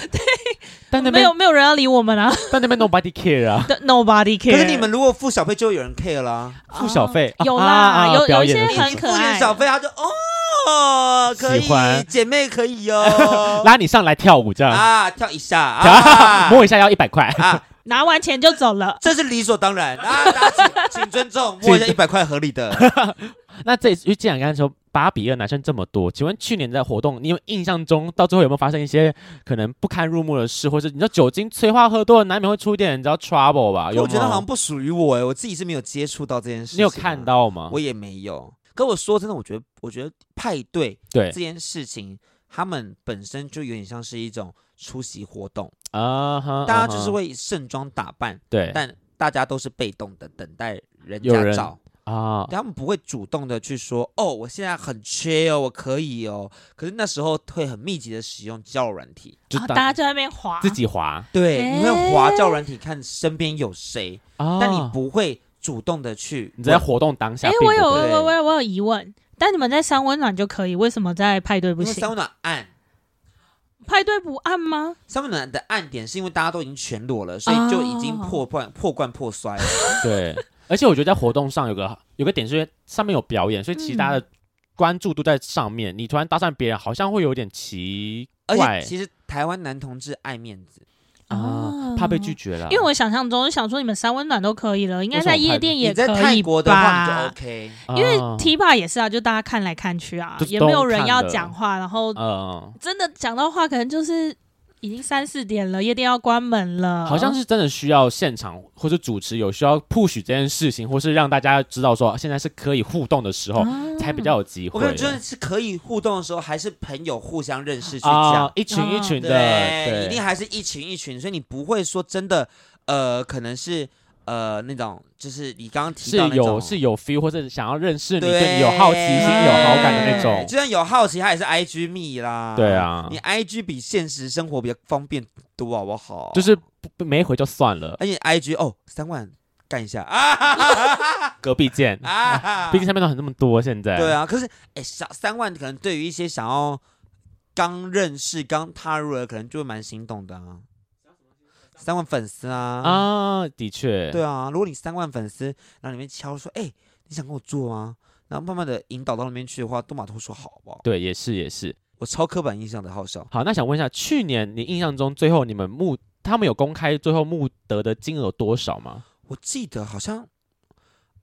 [SPEAKER 2] 但那
[SPEAKER 1] 没
[SPEAKER 2] 边
[SPEAKER 1] 有没有人要理我们
[SPEAKER 2] *laughs*
[SPEAKER 1] 啊
[SPEAKER 2] 但那
[SPEAKER 3] *laughs*
[SPEAKER 2] 边 nobody care 啊，
[SPEAKER 1] 对，nobody
[SPEAKER 3] 可
[SPEAKER 1] care。
[SPEAKER 3] 是你们如果付小费，就会有人 care 啦。
[SPEAKER 1] 啊
[SPEAKER 2] 付小费
[SPEAKER 1] 有
[SPEAKER 2] 啊
[SPEAKER 1] 啦，
[SPEAKER 2] 啊啊
[SPEAKER 1] 有
[SPEAKER 2] 表
[SPEAKER 1] 有一
[SPEAKER 2] 演
[SPEAKER 1] 些
[SPEAKER 2] 的时候
[SPEAKER 1] 很可
[SPEAKER 3] 付点
[SPEAKER 1] 爱，啊
[SPEAKER 3] 小费，他就哦，可以
[SPEAKER 2] 喜欢，，
[SPEAKER 3] 姐妹可以哦
[SPEAKER 2] *laughs* 拉你上来跳舞这样，，
[SPEAKER 3] 啊，跳一下
[SPEAKER 2] *laughs*
[SPEAKER 3] 啊 *laughs*
[SPEAKER 2] 摸一下要一百块，
[SPEAKER 3] 啊，
[SPEAKER 1] 拿完钱就走了。
[SPEAKER 3] 这是理所当然啊，大家
[SPEAKER 2] *laughs*
[SPEAKER 3] 请请尊重，摸一下一百块合理的。
[SPEAKER 2] *laughs* 哎那这一次，因为既然刚才说八比二男生这么多，请问去年在活动，你有印象中到最后有没有发生一些可能不堪入目的事，或是你知道酒精催化喝多了，难免会出一点你知道 trouble 吧？有
[SPEAKER 3] 我
[SPEAKER 2] 吗
[SPEAKER 3] 觉得好像不属于我哎，我自己是没有接触到这件事情。啊
[SPEAKER 2] 你有看？到吗？
[SPEAKER 3] 我也没有。跟我说真的，我觉得我觉得派对
[SPEAKER 2] 对
[SPEAKER 3] 这件事情，他们本身就有点像是一种出席活动，
[SPEAKER 2] 啊哈，
[SPEAKER 3] 大家就是
[SPEAKER 2] 啊哈
[SPEAKER 3] 会盛装打扮，
[SPEAKER 2] 对
[SPEAKER 3] 但大家都是被动的等待人
[SPEAKER 2] 有
[SPEAKER 3] 家
[SPEAKER 2] 人
[SPEAKER 3] 找。
[SPEAKER 2] 啊，
[SPEAKER 3] 他们不会主动的去说哦，我现在很缺哦，我可以哦。可是那时候会很密集的使用交友软体，
[SPEAKER 2] *laughs* 就
[SPEAKER 1] 啊大
[SPEAKER 2] 大
[SPEAKER 1] 家就在那边滑，
[SPEAKER 2] 自己滑
[SPEAKER 3] 对，
[SPEAKER 1] 诶
[SPEAKER 3] 你会滑交友软体看身边有谁，
[SPEAKER 2] 啊，
[SPEAKER 3] 但你不会主动的去。
[SPEAKER 2] 你在活动当下
[SPEAKER 1] 哎、
[SPEAKER 2] 并不
[SPEAKER 1] 我
[SPEAKER 2] 会，
[SPEAKER 1] 有我
[SPEAKER 3] 对
[SPEAKER 1] 有我有我有疑问，但你们在三温暖就可以，为什么在派对不
[SPEAKER 3] 因为三
[SPEAKER 1] 行？
[SPEAKER 3] 温暖暗，
[SPEAKER 1] 派对不暗吗？
[SPEAKER 3] 三温暖的暗点是因为大家都已经全裸了，所以就已
[SPEAKER 2] 哦
[SPEAKER 3] 经破罐、破罐破摔了。
[SPEAKER 2] 对，而且我觉得在活动上有个有个点是因为上面有表演，所以其他
[SPEAKER 1] 嗯
[SPEAKER 2] 的关注度在上面，你突然搭讪别人，好像会有点奇
[SPEAKER 3] 而
[SPEAKER 2] 怪
[SPEAKER 3] 且其实台湾男同志爱面子，
[SPEAKER 1] 哦
[SPEAKER 2] 啊，怕被拒
[SPEAKER 1] 绝。
[SPEAKER 2] 绝了，
[SPEAKER 1] 因为我想象中想说你们三温暖都可以了，应该
[SPEAKER 2] 为什么
[SPEAKER 1] 在
[SPEAKER 2] 派
[SPEAKER 1] 夜
[SPEAKER 2] 对
[SPEAKER 1] 店也
[SPEAKER 3] 你
[SPEAKER 1] 可以
[SPEAKER 3] 在
[SPEAKER 1] 吧？
[SPEAKER 3] 泰国的话你就 OK，
[SPEAKER 1] 因为
[SPEAKER 2] 啊
[SPEAKER 1] T 吧也是啊，就大家看来看去啊
[SPEAKER 2] 就，是
[SPEAKER 1] 也没有
[SPEAKER 2] 都
[SPEAKER 1] 人
[SPEAKER 2] 看
[SPEAKER 1] 要
[SPEAKER 2] 的
[SPEAKER 1] 讲话，然
[SPEAKER 3] 啊
[SPEAKER 1] 后
[SPEAKER 2] 嗯，
[SPEAKER 1] 真的讲到话，可能就是已经三四点了，夜店要关门了，
[SPEAKER 2] 好像是真的需要现场或者主持有需要 push 这件事情，或是让大家知道说现在是可以互动的时
[SPEAKER 3] 哦
[SPEAKER 2] 候，
[SPEAKER 1] 啊
[SPEAKER 2] 才比较有机
[SPEAKER 3] 我
[SPEAKER 2] 会
[SPEAKER 3] 感觉真的是可以互动的时候，还是朋友互相认识去讲
[SPEAKER 2] 啊，。一群一群的，
[SPEAKER 3] 对，
[SPEAKER 2] 对，
[SPEAKER 3] 一定还是一群一群，所以你不会说真的，呃，可能是呃那种，就是你刚刚提
[SPEAKER 2] 是
[SPEAKER 3] 到那
[SPEAKER 2] 有
[SPEAKER 3] 种
[SPEAKER 2] 是有 feel 或者想要认识你，
[SPEAKER 3] 对
[SPEAKER 2] 对你有好奇心、有好感的那
[SPEAKER 3] 对
[SPEAKER 2] 种。
[SPEAKER 3] 就算有好奇，他也是 IG 密啦。
[SPEAKER 2] 对啊
[SPEAKER 3] 你 IG 比现实生活比较方便多，好不好？
[SPEAKER 2] 就是不不没回就算了，
[SPEAKER 3] 而且 IG 哦，三万干一下 *laughs* 啊
[SPEAKER 2] *laughs*
[SPEAKER 3] 哈哈哈
[SPEAKER 2] 隔壁见。
[SPEAKER 3] 哈啊！
[SPEAKER 2] 毕竟上面都很那么多，现在
[SPEAKER 3] 对，啊，可是哎，小三万可能对于一些想要刚认识、刚踏入的，可能就会蛮心动的啊。三万粉丝啊
[SPEAKER 2] 啊，的确，
[SPEAKER 3] 对啊，如果你三万粉丝，然后里面敲说，哎、你想跟我做吗？然后慢慢的引导到那边去的话，都马都说好好不好？
[SPEAKER 2] 对，也是也是。
[SPEAKER 3] 我超刻板印象的好笑，
[SPEAKER 2] 好，那想问一下，去年你印象中最后你们募他们有公开最后募得的金额有多少吗？
[SPEAKER 3] 我记得好像，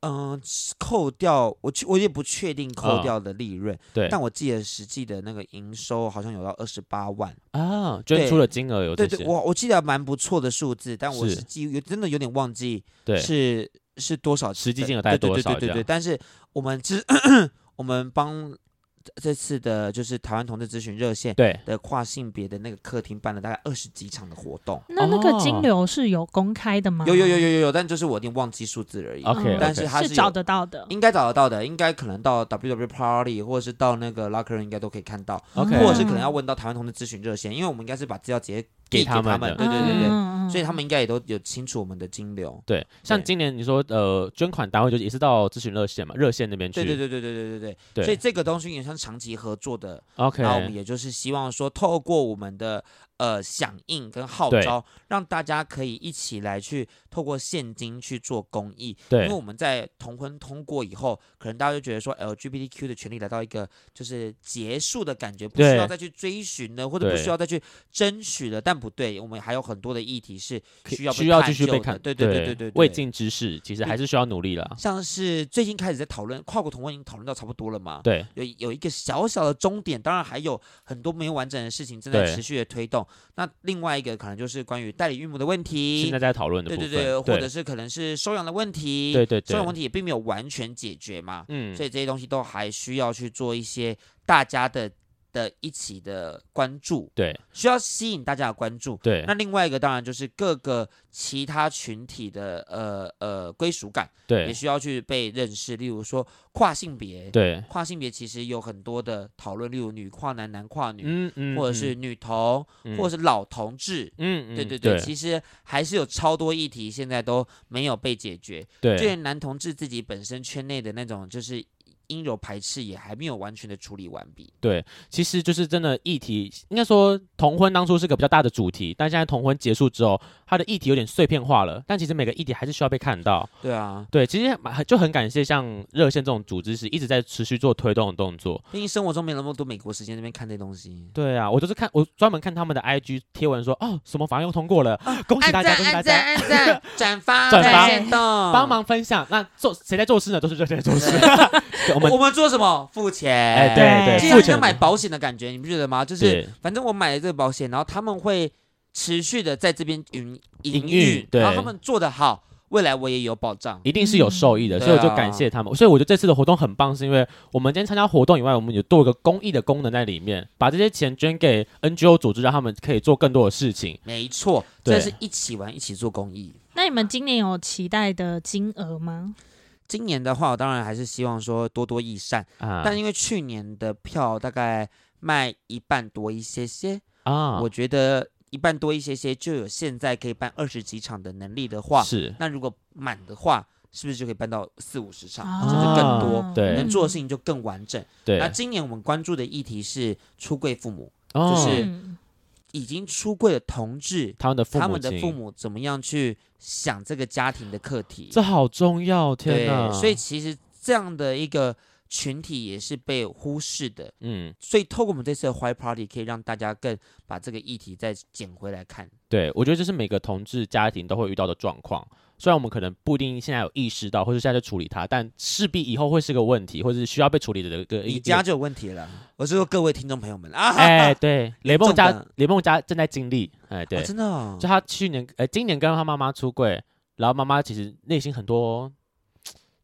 [SPEAKER 3] 嗯、扣掉我去，我也不确定扣
[SPEAKER 2] 嗯
[SPEAKER 3] 掉的利润，
[SPEAKER 2] 对，
[SPEAKER 3] 但我记得实际的那个营收好像有到二十八万，
[SPEAKER 2] 啊，捐
[SPEAKER 3] 对
[SPEAKER 2] 出的金额有这
[SPEAKER 3] 对
[SPEAKER 2] 些
[SPEAKER 3] 对，，我我记得蛮不错的数字，但我
[SPEAKER 2] 是
[SPEAKER 3] 实际有真的有点忘记
[SPEAKER 2] 对
[SPEAKER 3] 是是多少
[SPEAKER 2] 实际
[SPEAKER 3] 的
[SPEAKER 2] 金额大概
[SPEAKER 3] 对
[SPEAKER 2] 多
[SPEAKER 3] 对
[SPEAKER 2] 少
[SPEAKER 3] 对对
[SPEAKER 2] 这
[SPEAKER 3] 对
[SPEAKER 2] 样
[SPEAKER 3] 对，但是我们之 *clears throat* 我们帮这这次的就是台湾同志咨询热线
[SPEAKER 2] 对
[SPEAKER 3] 的跨性别的那个客厅办了大概二十几场的活动，
[SPEAKER 1] 那那个
[SPEAKER 2] 哦
[SPEAKER 1] 金流是有公开的吗？
[SPEAKER 3] 有有有有有有，但就是我有点忘记数字而已。
[SPEAKER 2] OK，
[SPEAKER 1] 嗯
[SPEAKER 3] 但是它
[SPEAKER 1] 是
[SPEAKER 3] 是
[SPEAKER 1] 找
[SPEAKER 3] 有
[SPEAKER 1] 得到的。
[SPEAKER 3] 应该找得到的，应该可能到 WW Party 或者是到那个 Locker 应该都可以看到，
[SPEAKER 2] ，OK，
[SPEAKER 1] 对
[SPEAKER 3] 或者是可能要问到台湾同志咨询热线，因为我们应该是把资料直接
[SPEAKER 2] 给
[SPEAKER 3] 递
[SPEAKER 2] 他
[SPEAKER 3] 他
[SPEAKER 2] 们的
[SPEAKER 3] 对对对对，
[SPEAKER 1] 嗯
[SPEAKER 3] 所以他们应该也都有清楚我们的金流。
[SPEAKER 2] 对，像今年你说呃，捐款单位就也是到咨询热线嘛，热线那边去，
[SPEAKER 3] 对对对对对对对
[SPEAKER 2] 对
[SPEAKER 3] 对，所以这个东西也像长期合作的，
[SPEAKER 2] ，OK，
[SPEAKER 3] 那我们也就是希望说，透过我们的呃响应跟号
[SPEAKER 2] 对
[SPEAKER 3] 召，让大家可以一起来去透过现金去做公益，因
[SPEAKER 2] 对
[SPEAKER 3] 为我们在同婚通过以后，可能大家就觉得说 LGBTQ 的权利来到一个就是结束的感觉，不需
[SPEAKER 2] 对
[SPEAKER 3] 要再去追寻了，或者不
[SPEAKER 2] 对
[SPEAKER 3] 需要再去争取了。但不对，我们还有很多的议题是
[SPEAKER 2] 可以
[SPEAKER 3] 需要被
[SPEAKER 2] 需要继续
[SPEAKER 3] 探
[SPEAKER 2] 被
[SPEAKER 3] 究
[SPEAKER 2] 看，
[SPEAKER 3] 的对对对对对，
[SPEAKER 2] 未
[SPEAKER 3] 对。
[SPEAKER 2] 尽之事，其实还是需要努力啦。
[SPEAKER 3] 像是最近开始在讨论跨国同婚，已经讨论到差不多了嘛？
[SPEAKER 2] 对，
[SPEAKER 3] 有有一个小小的终点，当然还有很多没有完整的事情正在
[SPEAKER 2] 对
[SPEAKER 3] 持续的推动。那另外一个可能就是关于代理孕母的问
[SPEAKER 2] 现
[SPEAKER 3] 题
[SPEAKER 2] 在，在讨论的
[SPEAKER 3] 对
[SPEAKER 2] 部
[SPEAKER 3] 对
[SPEAKER 2] 分，
[SPEAKER 3] 对，或者是可能是收养的问题，
[SPEAKER 2] 对对
[SPEAKER 3] 收养
[SPEAKER 2] 对
[SPEAKER 3] 问，题也并没有完全解决嘛，
[SPEAKER 2] 嗯
[SPEAKER 3] 所以这些东西都还需要去做一些大家的的一起的关注，
[SPEAKER 2] 对
[SPEAKER 3] 需要吸引大家的关注。
[SPEAKER 2] 对
[SPEAKER 3] 那另外一个当然就是各个其他群体的呃呃归属感，也
[SPEAKER 2] 对
[SPEAKER 3] 需要去被认识。例如说跨性别，
[SPEAKER 2] 对，
[SPEAKER 3] 跨性别其实有很多的讨论，例如女跨男、男跨女，
[SPEAKER 2] 嗯嗯，
[SPEAKER 3] 或者是女同，
[SPEAKER 2] 嗯
[SPEAKER 3] 或者是老同志。
[SPEAKER 2] 嗯嗯
[SPEAKER 3] 对对
[SPEAKER 2] 对
[SPEAKER 3] 对，其实还是有超多议题现在都没有被解决，
[SPEAKER 2] 对
[SPEAKER 3] 就连男同志自己本身圈内的那种就是阴柔排斥也还没有完全的处理完毕。
[SPEAKER 2] 对，其实就是真的议题，应该说同婚当初是个比较大的主题，但现在同婚结束之后，它的议题有点碎片化了。但其实每个议题还是需要被看到。
[SPEAKER 3] 对啊，
[SPEAKER 2] 对，其实蛮就很感谢像热线这种组织是一直在持续做推动的动作。
[SPEAKER 3] 毕竟生活中没有那么多美国时间那边看这东西。
[SPEAKER 2] 对啊，我都是看我专门看他们的 IG 贴文说，哦，什么法案又通过了，恭喜
[SPEAKER 3] 哦按
[SPEAKER 2] 大
[SPEAKER 3] 赞
[SPEAKER 2] 家，恭喜大家
[SPEAKER 3] 按赞，按赞， *laughs* 转发
[SPEAKER 2] 转发
[SPEAKER 3] 动，
[SPEAKER 2] 帮
[SPEAKER 3] 帮。
[SPEAKER 2] 忙分享。那做谁在做事呢？都是热线在做
[SPEAKER 3] *laughs*
[SPEAKER 2] 事。对我们
[SPEAKER 3] 我们做什么？付钱。
[SPEAKER 2] 哎，对
[SPEAKER 1] 对
[SPEAKER 2] 对，
[SPEAKER 3] 就
[SPEAKER 2] 付
[SPEAKER 3] 像像
[SPEAKER 2] 钱
[SPEAKER 3] 买保险的感觉，你不觉得吗？就是
[SPEAKER 2] 对
[SPEAKER 3] 反正我买了这个保险，然后他们会持续的在这边营
[SPEAKER 2] 营
[SPEAKER 3] 营
[SPEAKER 2] 运
[SPEAKER 3] 运，
[SPEAKER 2] 对
[SPEAKER 3] 然后他们做得好，未来我也有保障。
[SPEAKER 2] 一定是有受益的，
[SPEAKER 3] 嗯
[SPEAKER 2] 所以我就
[SPEAKER 3] 对啊
[SPEAKER 2] 感谢他们。所以我觉得这次的活动很棒，是因为我们今天参加活动以外，我们有多一个公益的功能在里面，把这些钱捐给 NGO 组织，让他们可以做更多的事情。
[SPEAKER 3] 没错，
[SPEAKER 2] 对
[SPEAKER 3] 这是一起玩，一起做公益。
[SPEAKER 1] 那你们今年有期待的金额吗？
[SPEAKER 3] 今年的话，我当然还是希望说多多益善，
[SPEAKER 2] 啊
[SPEAKER 3] 但因为去年的票大概卖一半多一些些，
[SPEAKER 2] 啊，
[SPEAKER 3] 我觉得一半多一些些就有现在可以办二十几场的能力的话，
[SPEAKER 2] 是
[SPEAKER 3] 那如果满的话，是不是就可以办到四五十场，
[SPEAKER 1] 啊
[SPEAKER 3] 甚至更多？
[SPEAKER 2] 对
[SPEAKER 3] 能做的事情就更完整。
[SPEAKER 2] 对
[SPEAKER 3] 那，今年我们关注的议题是出柜父母，
[SPEAKER 2] 哦
[SPEAKER 3] 就是
[SPEAKER 1] 嗯
[SPEAKER 3] 已经出柜的同志，
[SPEAKER 2] 他们的父母
[SPEAKER 3] 他们的
[SPEAKER 2] 亲
[SPEAKER 3] 父，母怎么样去想这个家庭的课题？
[SPEAKER 2] 这好重要，天
[SPEAKER 3] 对
[SPEAKER 2] 哪！，
[SPEAKER 3] 所以其实这样的一个群体也是被忽视的。
[SPEAKER 2] 嗯，
[SPEAKER 3] 所以透过我们这次的 White Party，可以让大家更把这个议题再捡回来看。
[SPEAKER 2] 对，我觉得这是每个同志家庭都会遇到的状况。虽然我们可能不一定现在有意识到，或者现在就处理它，但势必以后会是个问题，或者是需要被处理的一个。
[SPEAKER 3] 你
[SPEAKER 2] 一
[SPEAKER 3] 家就有问题了，我是说各位听众朋友们啊，
[SPEAKER 2] *laughs* 哎，
[SPEAKER 3] *laughs*
[SPEAKER 2] 对，雷梦
[SPEAKER 3] 重
[SPEAKER 2] 家
[SPEAKER 3] 的
[SPEAKER 2] 雷梦家正在经历，哎，对
[SPEAKER 3] 哦，真的哦、
[SPEAKER 2] 就他去年呃今年跟他妈妈出柜，然后妈妈其实内心很多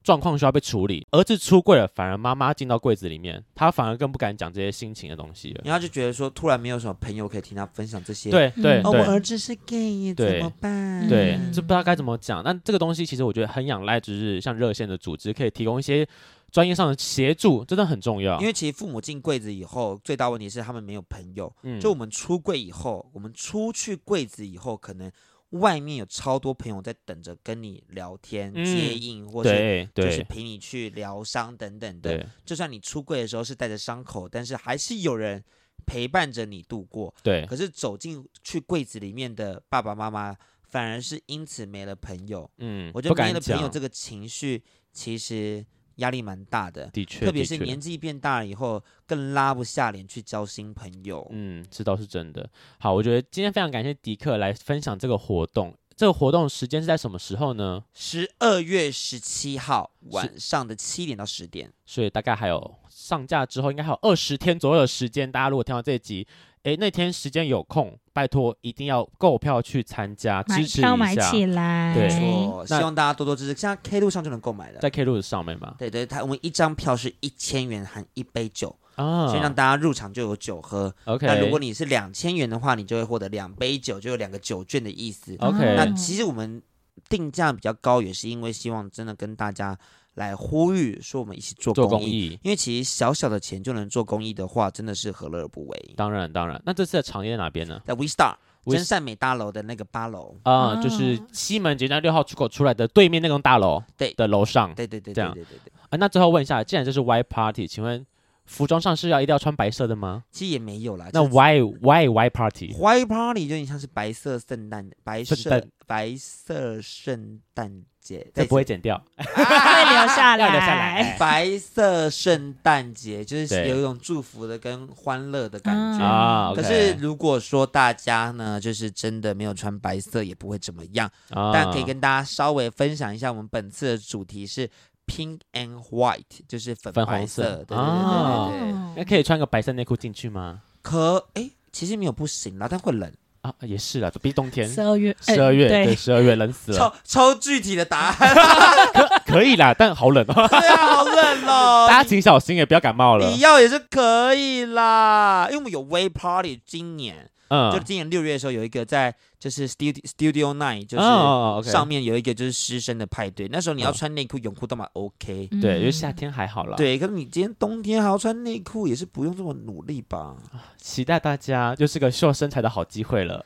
[SPEAKER 2] 状况需要被处理，儿子出柜了，反而妈妈进到柜子里面，他反而更不敢讲这些心情的东西了。
[SPEAKER 3] 然后就觉得说，突然没有什么朋友可以听他分享这些。，
[SPEAKER 2] 对对
[SPEAKER 1] 嗯
[SPEAKER 3] 哦，我
[SPEAKER 2] 对
[SPEAKER 3] 儿子是 gay 耶，怎
[SPEAKER 2] 对
[SPEAKER 3] 么办？
[SPEAKER 2] 对
[SPEAKER 1] 嗯，
[SPEAKER 2] 就不知道该怎么讲。但这个东西其实我觉得很仰赖，就是像热线的组织可以提供一些专业上的协助，真的很重要。
[SPEAKER 3] 因为其实父母进柜子以后，最大问题是他们没有朋友。
[SPEAKER 2] 嗯
[SPEAKER 3] 就我们出柜以后，我们出去柜子以后，可能外面有超多朋友在等着跟你聊天、
[SPEAKER 2] 嗯
[SPEAKER 3] 接应，或是
[SPEAKER 2] 对
[SPEAKER 3] 就是
[SPEAKER 2] 对
[SPEAKER 3] 陪你去疗伤等等的。
[SPEAKER 2] 对
[SPEAKER 3] 就算你出柜的时候是带着伤口，但是还是有人陪伴着你度过。
[SPEAKER 2] 对
[SPEAKER 3] 可，是走进去柜子里面的爸爸妈妈，反而是因此没了朋友。
[SPEAKER 2] 嗯，
[SPEAKER 3] 我觉
[SPEAKER 2] 不
[SPEAKER 3] 得没
[SPEAKER 2] 敢
[SPEAKER 3] 了朋友
[SPEAKER 2] 讲
[SPEAKER 3] 这，个情绪其实压力蛮大的，
[SPEAKER 2] 的确，
[SPEAKER 3] 特别
[SPEAKER 2] 的
[SPEAKER 3] 是
[SPEAKER 2] 确
[SPEAKER 3] 年纪变大了以后，更拉不下脸去交新朋友。
[SPEAKER 2] 嗯，这倒是真的。好，我觉得今天非常感谢迪克来分享这个活动。这个活动时间是在什么时候呢？
[SPEAKER 3] 十二月十七号晚上的七点到十点，
[SPEAKER 2] 所以大概还有上架之后，应该还有二十天左右的时间。大家如果听到这一集，诶，那天时间有空，拜托一定要购票去参加，
[SPEAKER 1] 买
[SPEAKER 2] 支持一
[SPEAKER 1] 票买
[SPEAKER 2] 下
[SPEAKER 1] 起。来，
[SPEAKER 2] 对
[SPEAKER 3] 没错，希
[SPEAKER 2] 那
[SPEAKER 3] 望大家多多支持。现在 K 路上就能购买了
[SPEAKER 2] 在。K 路的上面嘛，
[SPEAKER 3] 对对，它我们一张票是一千元含一杯酒，所以让
[SPEAKER 2] 啊
[SPEAKER 3] 大家入场就有酒喝。
[SPEAKER 2] ，OK，
[SPEAKER 3] 那如果你是两千元的话，你就会获得两杯酒，就有两个酒券的意思。
[SPEAKER 2] OK
[SPEAKER 1] 嗯
[SPEAKER 3] 那其实我们定价比较高，也是因为希望真的跟大家来呼吁，说我们一起做
[SPEAKER 2] 做
[SPEAKER 3] 公
[SPEAKER 2] 公益，
[SPEAKER 3] 因为其实小小的钱就能做公益的话，真的是何乐而不为？
[SPEAKER 2] 当然当然。那这次的场地在哪边呢？
[SPEAKER 3] 在 We Star
[SPEAKER 2] 我
[SPEAKER 3] 真善美大楼的那个八楼，
[SPEAKER 2] 啊、
[SPEAKER 1] 啊
[SPEAKER 2] 就是西门捷站六号出口出来的对面那栋大楼，
[SPEAKER 3] 对
[SPEAKER 2] 的楼上。
[SPEAKER 3] 对对对
[SPEAKER 2] 这
[SPEAKER 3] 对
[SPEAKER 2] 样
[SPEAKER 3] 对对对，
[SPEAKER 2] 啊，那最后问一下，既然这是 Y Party，请问服装上是要一定要穿白色的吗？
[SPEAKER 3] 其实也没有啦。
[SPEAKER 2] 那 Why Why Why Party？
[SPEAKER 3] White Party 就有点像是白色圣诞、白
[SPEAKER 2] 圣
[SPEAKER 3] 色
[SPEAKER 2] 诞、
[SPEAKER 3] 白色圣诞节，
[SPEAKER 2] 这
[SPEAKER 3] 再
[SPEAKER 2] 不会
[SPEAKER 3] 次
[SPEAKER 2] 剪掉，
[SPEAKER 1] *laughs* 会留下来，
[SPEAKER 2] 要留下来。
[SPEAKER 3] 白色圣诞节就是
[SPEAKER 2] 对
[SPEAKER 3] 有一种祝福的跟欢乐的感
[SPEAKER 1] 嗯
[SPEAKER 3] 觉。
[SPEAKER 2] 啊。
[SPEAKER 3] 可是如果说大家呢，就是真的没有穿白色也不会怎么样，
[SPEAKER 2] 啊嗯
[SPEAKER 3] 但可以跟大家稍微分享一下，我们本次的主题是 pink and white，就是粉
[SPEAKER 2] 粉
[SPEAKER 3] 白
[SPEAKER 2] 红色
[SPEAKER 3] 对对
[SPEAKER 2] 啊
[SPEAKER 3] 对对对对，
[SPEAKER 1] 哦
[SPEAKER 2] 那可以穿个白色内裤进去吗？
[SPEAKER 3] 可哎。其实没有不行啦，但会冷。
[SPEAKER 2] 啊，也是啦，比冬天。
[SPEAKER 1] 十二月，哎
[SPEAKER 2] 十二月，对，啊
[SPEAKER 1] 对，
[SPEAKER 2] 十二月冷死了， *laughs*
[SPEAKER 3] 超超具体的答案，
[SPEAKER 2] 可以啦，但好冷哦。
[SPEAKER 3] 对啊，好冷冷了，
[SPEAKER 2] 大家请小心，也不要感冒了。
[SPEAKER 3] 你要也是可以啦，因为我们有 Way Party，今年、就
[SPEAKER 2] 嗯，
[SPEAKER 3] 今年六月的时候有一个在就是 Studio Studio Nine，就
[SPEAKER 2] 嗯哦
[SPEAKER 3] 是
[SPEAKER 2] ，OK
[SPEAKER 3] 上面有一个就是师生的派对，那时候你要
[SPEAKER 2] 嗯
[SPEAKER 3] 穿内裤泳裤都蛮 OK，、
[SPEAKER 1] 嗯
[SPEAKER 2] 对，因为夏天还好啦。，
[SPEAKER 3] 对，可是你今天冬天还要穿内裤，也是不用这么努力吧？
[SPEAKER 2] 期待大家就是个秀身材的好机会了。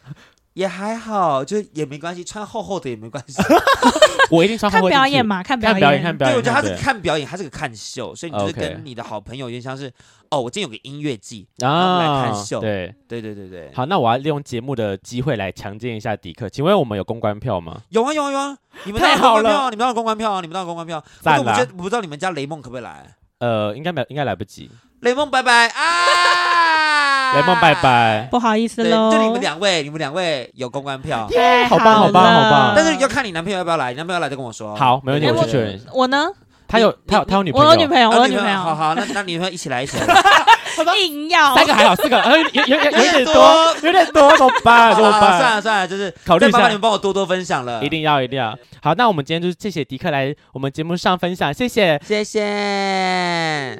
[SPEAKER 3] 也还好，就也没关系，穿厚厚的也没关系。
[SPEAKER 2] 我一定穿
[SPEAKER 1] 看
[SPEAKER 2] 后卫
[SPEAKER 1] 表
[SPEAKER 2] 进去
[SPEAKER 1] 演，嘛，看
[SPEAKER 2] 看表
[SPEAKER 1] 表
[SPEAKER 2] 演，看表
[SPEAKER 3] *laughs* 对，
[SPEAKER 2] 演。
[SPEAKER 3] 我觉得他
[SPEAKER 2] 看
[SPEAKER 3] 是
[SPEAKER 2] 表演
[SPEAKER 3] 看表演，他是个看秀，所以你就是
[SPEAKER 2] OK
[SPEAKER 3] 跟你的好朋友有点像是哦，我今天有个音乐季，
[SPEAKER 2] 啊，
[SPEAKER 3] 他们来看秀
[SPEAKER 2] 对，
[SPEAKER 3] 对对对对，
[SPEAKER 2] 好，那我要利用节目的机会来强奸一下迪克。请问我们有公关票吗？
[SPEAKER 3] 有啊有啊有啊，你们
[SPEAKER 2] 太
[SPEAKER 3] 当然有公
[SPEAKER 2] 好
[SPEAKER 3] 关票啊
[SPEAKER 2] 了
[SPEAKER 3] 你们当然有公关票啊，你们当然有公关 *laughs* 票啊，
[SPEAKER 2] 赞
[SPEAKER 3] 不过我
[SPEAKER 2] 啦
[SPEAKER 3] 觉得我不知道你们家雷梦可不可以来，
[SPEAKER 2] 呃，应该没有，应该来不及。
[SPEAKER 3] 雷梦拜拜啊，
[SPEAKER 2] 雷梦，拜。拜。
[SPEAKER 1] 不好意思
[SPEAKER 3] 对，
[SPEAKER 1] 喽，
[SPEAKER 3] 就你们两位，你们两位有公关票，
[SPEAKER 1] 太
[SPEAKER 2] 哦好棒好棒
[SPEAKER 1] 了
[SPEAKER 2] 好棒
[SPEAKER 3] 但是要看你男朋友要不要来，你男朋友要来再跟我说。
[SPEAKER 2] 好，没问题，
[SPEAKER 1] 哎
[SPEAKER 2] 我
[SPEAKER 1] 我
[SPEAKER 2] 去确认一下。
[SPEAKER 1] 我呢？
[SPEAKER 2] 他有，他有，他有女朋
[SPEAKER 1] 我
[SPEAKER 2] 友。
[SPEAKER 1] 有女朋友，
[SPEAKER 3] 啊，
[SPEAKER 1] 我有
[SPEAKER 3] 女
[SPEAKER 1] 女朋
[SPEAKER 3] 好
[SPEAKER 1] 友，
[SPEAKER 3] 好，那那你女朋友一起来一起
[SPEAKER 2] *laughs*
[SPEAKER 3] 来。
[SPEAKER 1] 硬要
[SPEAKER 2] 三个还好，四个，呃，有有有有有点
[SPEAKER 3] 多
[SPEAKER 2] 多，有点多，怎么办？
[SPEAKER 3] *laughs* 好
[SPEAKER 2] 怎么
[SPEAKER 3] 了好了算
[SPEAKER 2] 办？
[SPEAKER 3] 了算了，就是
[SPEAKER 2] 考虑
[SPEAKER 3] 再
[SPEAKER 2] 一
[SPEAKER 3] 麻烦你
[SPEAKER 2] 下
[SPEAKER 3] 们。帮我多多分享了，
[SPEAKER 2] 一定要一定要好，那我们今天就是谢谢迪克来我们节目上分享，谢谢。
[SPEAKER 3] 谢谢。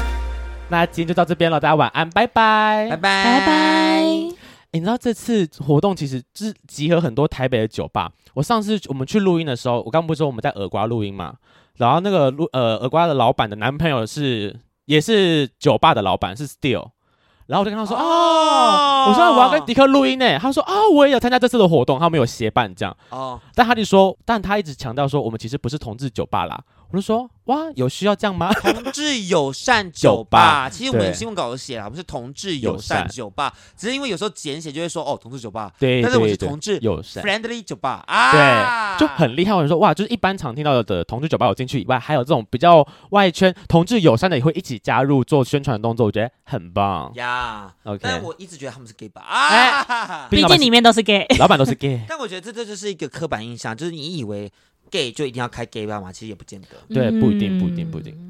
[SPEAKER 2] 那今天就到这边了，大家晚安，拜拜。
[SPEAKER 3] 拜拜
[SPEAKER 1] 拜拜。
[SPEAKER 2] 欸你知道这次活动其实是集合很多台北的酒吧。我上次我们去录音的时候，我刚不是说我们在耳瓜录音嘛，然后那个录呃耳瓜的老板的男朋友是也是酒吧的老板，是 Steel。然后我就跟他说
[SPEAKER 3] 哦
[SPEAKER 2] 哦，我说我要跟迪克录音呢，他说哦，我也有参加这次的活动，他们有协办这样，
[SPEAKER 3] 哦，
[SPEAKER 2] 但他就说，但他一直强调说我们其实不是同志酒吧啦，我就说哇，有需要这样吗？ *laughs*
[SPEAKER 3] 同志友善酒
[SPEAKER 2] 酒
[SPEAKER 3] 吧，
[SPEAKER 2] 吧
[SPEAKER 3] 其实我们
[SPEAKER 2] 对
[SPEAKER 3] 新闻稿有写啦，不是同志友善
[SPEAKER 2] 友善
[SPEAKER 3] 酒吧，只是因为有时候简写就会说哦，同志酒吧
[SPEAKER 2] 对，
[SPEAKER 3] 但是我
[SPEAKER 2] 对
[SPEAKER 3] 是
[SPEAKER 2] 对
[SPEAKER 3] 同志
[SPEAKER 2] 友善。
[SPEAKER 3] ，friendly 酒吧
[SPEAKER 2] 对
[SPEAKER 3] 啊，，
[SPEAKER 2] 就很厉害。我就说哇，就是一般常听到的同志酒吧有进去以外，还有这种比较外圈同志友善的也会一起加入做宣传动作，我觉得很棒。
[SPEAKER 3] 啊呀。但
[SPEAKER 2] OK，
[SPEAKER 3] 我一直觉得他们是 gay 吧
[SPEAKER 1] 哎
[SPEAKER 3] 啊，
[SPEAKER 2] 毕
[SPEAKER 1] 毕
[SPEAKER 2] 竟
[SPEAKER 1] 竟里面都是 gay。
[SPEAKER 2] 老板都是 gay，
[SPEAKER 3] 但我觉得这这就是一个刻板印象，就是你以为 gay 就一定要开 gay 吧嘛，其实也不见得。
[SPEAKER 1] 嗯
[SPEAKER 2] 对，不一定，不一定，不一定。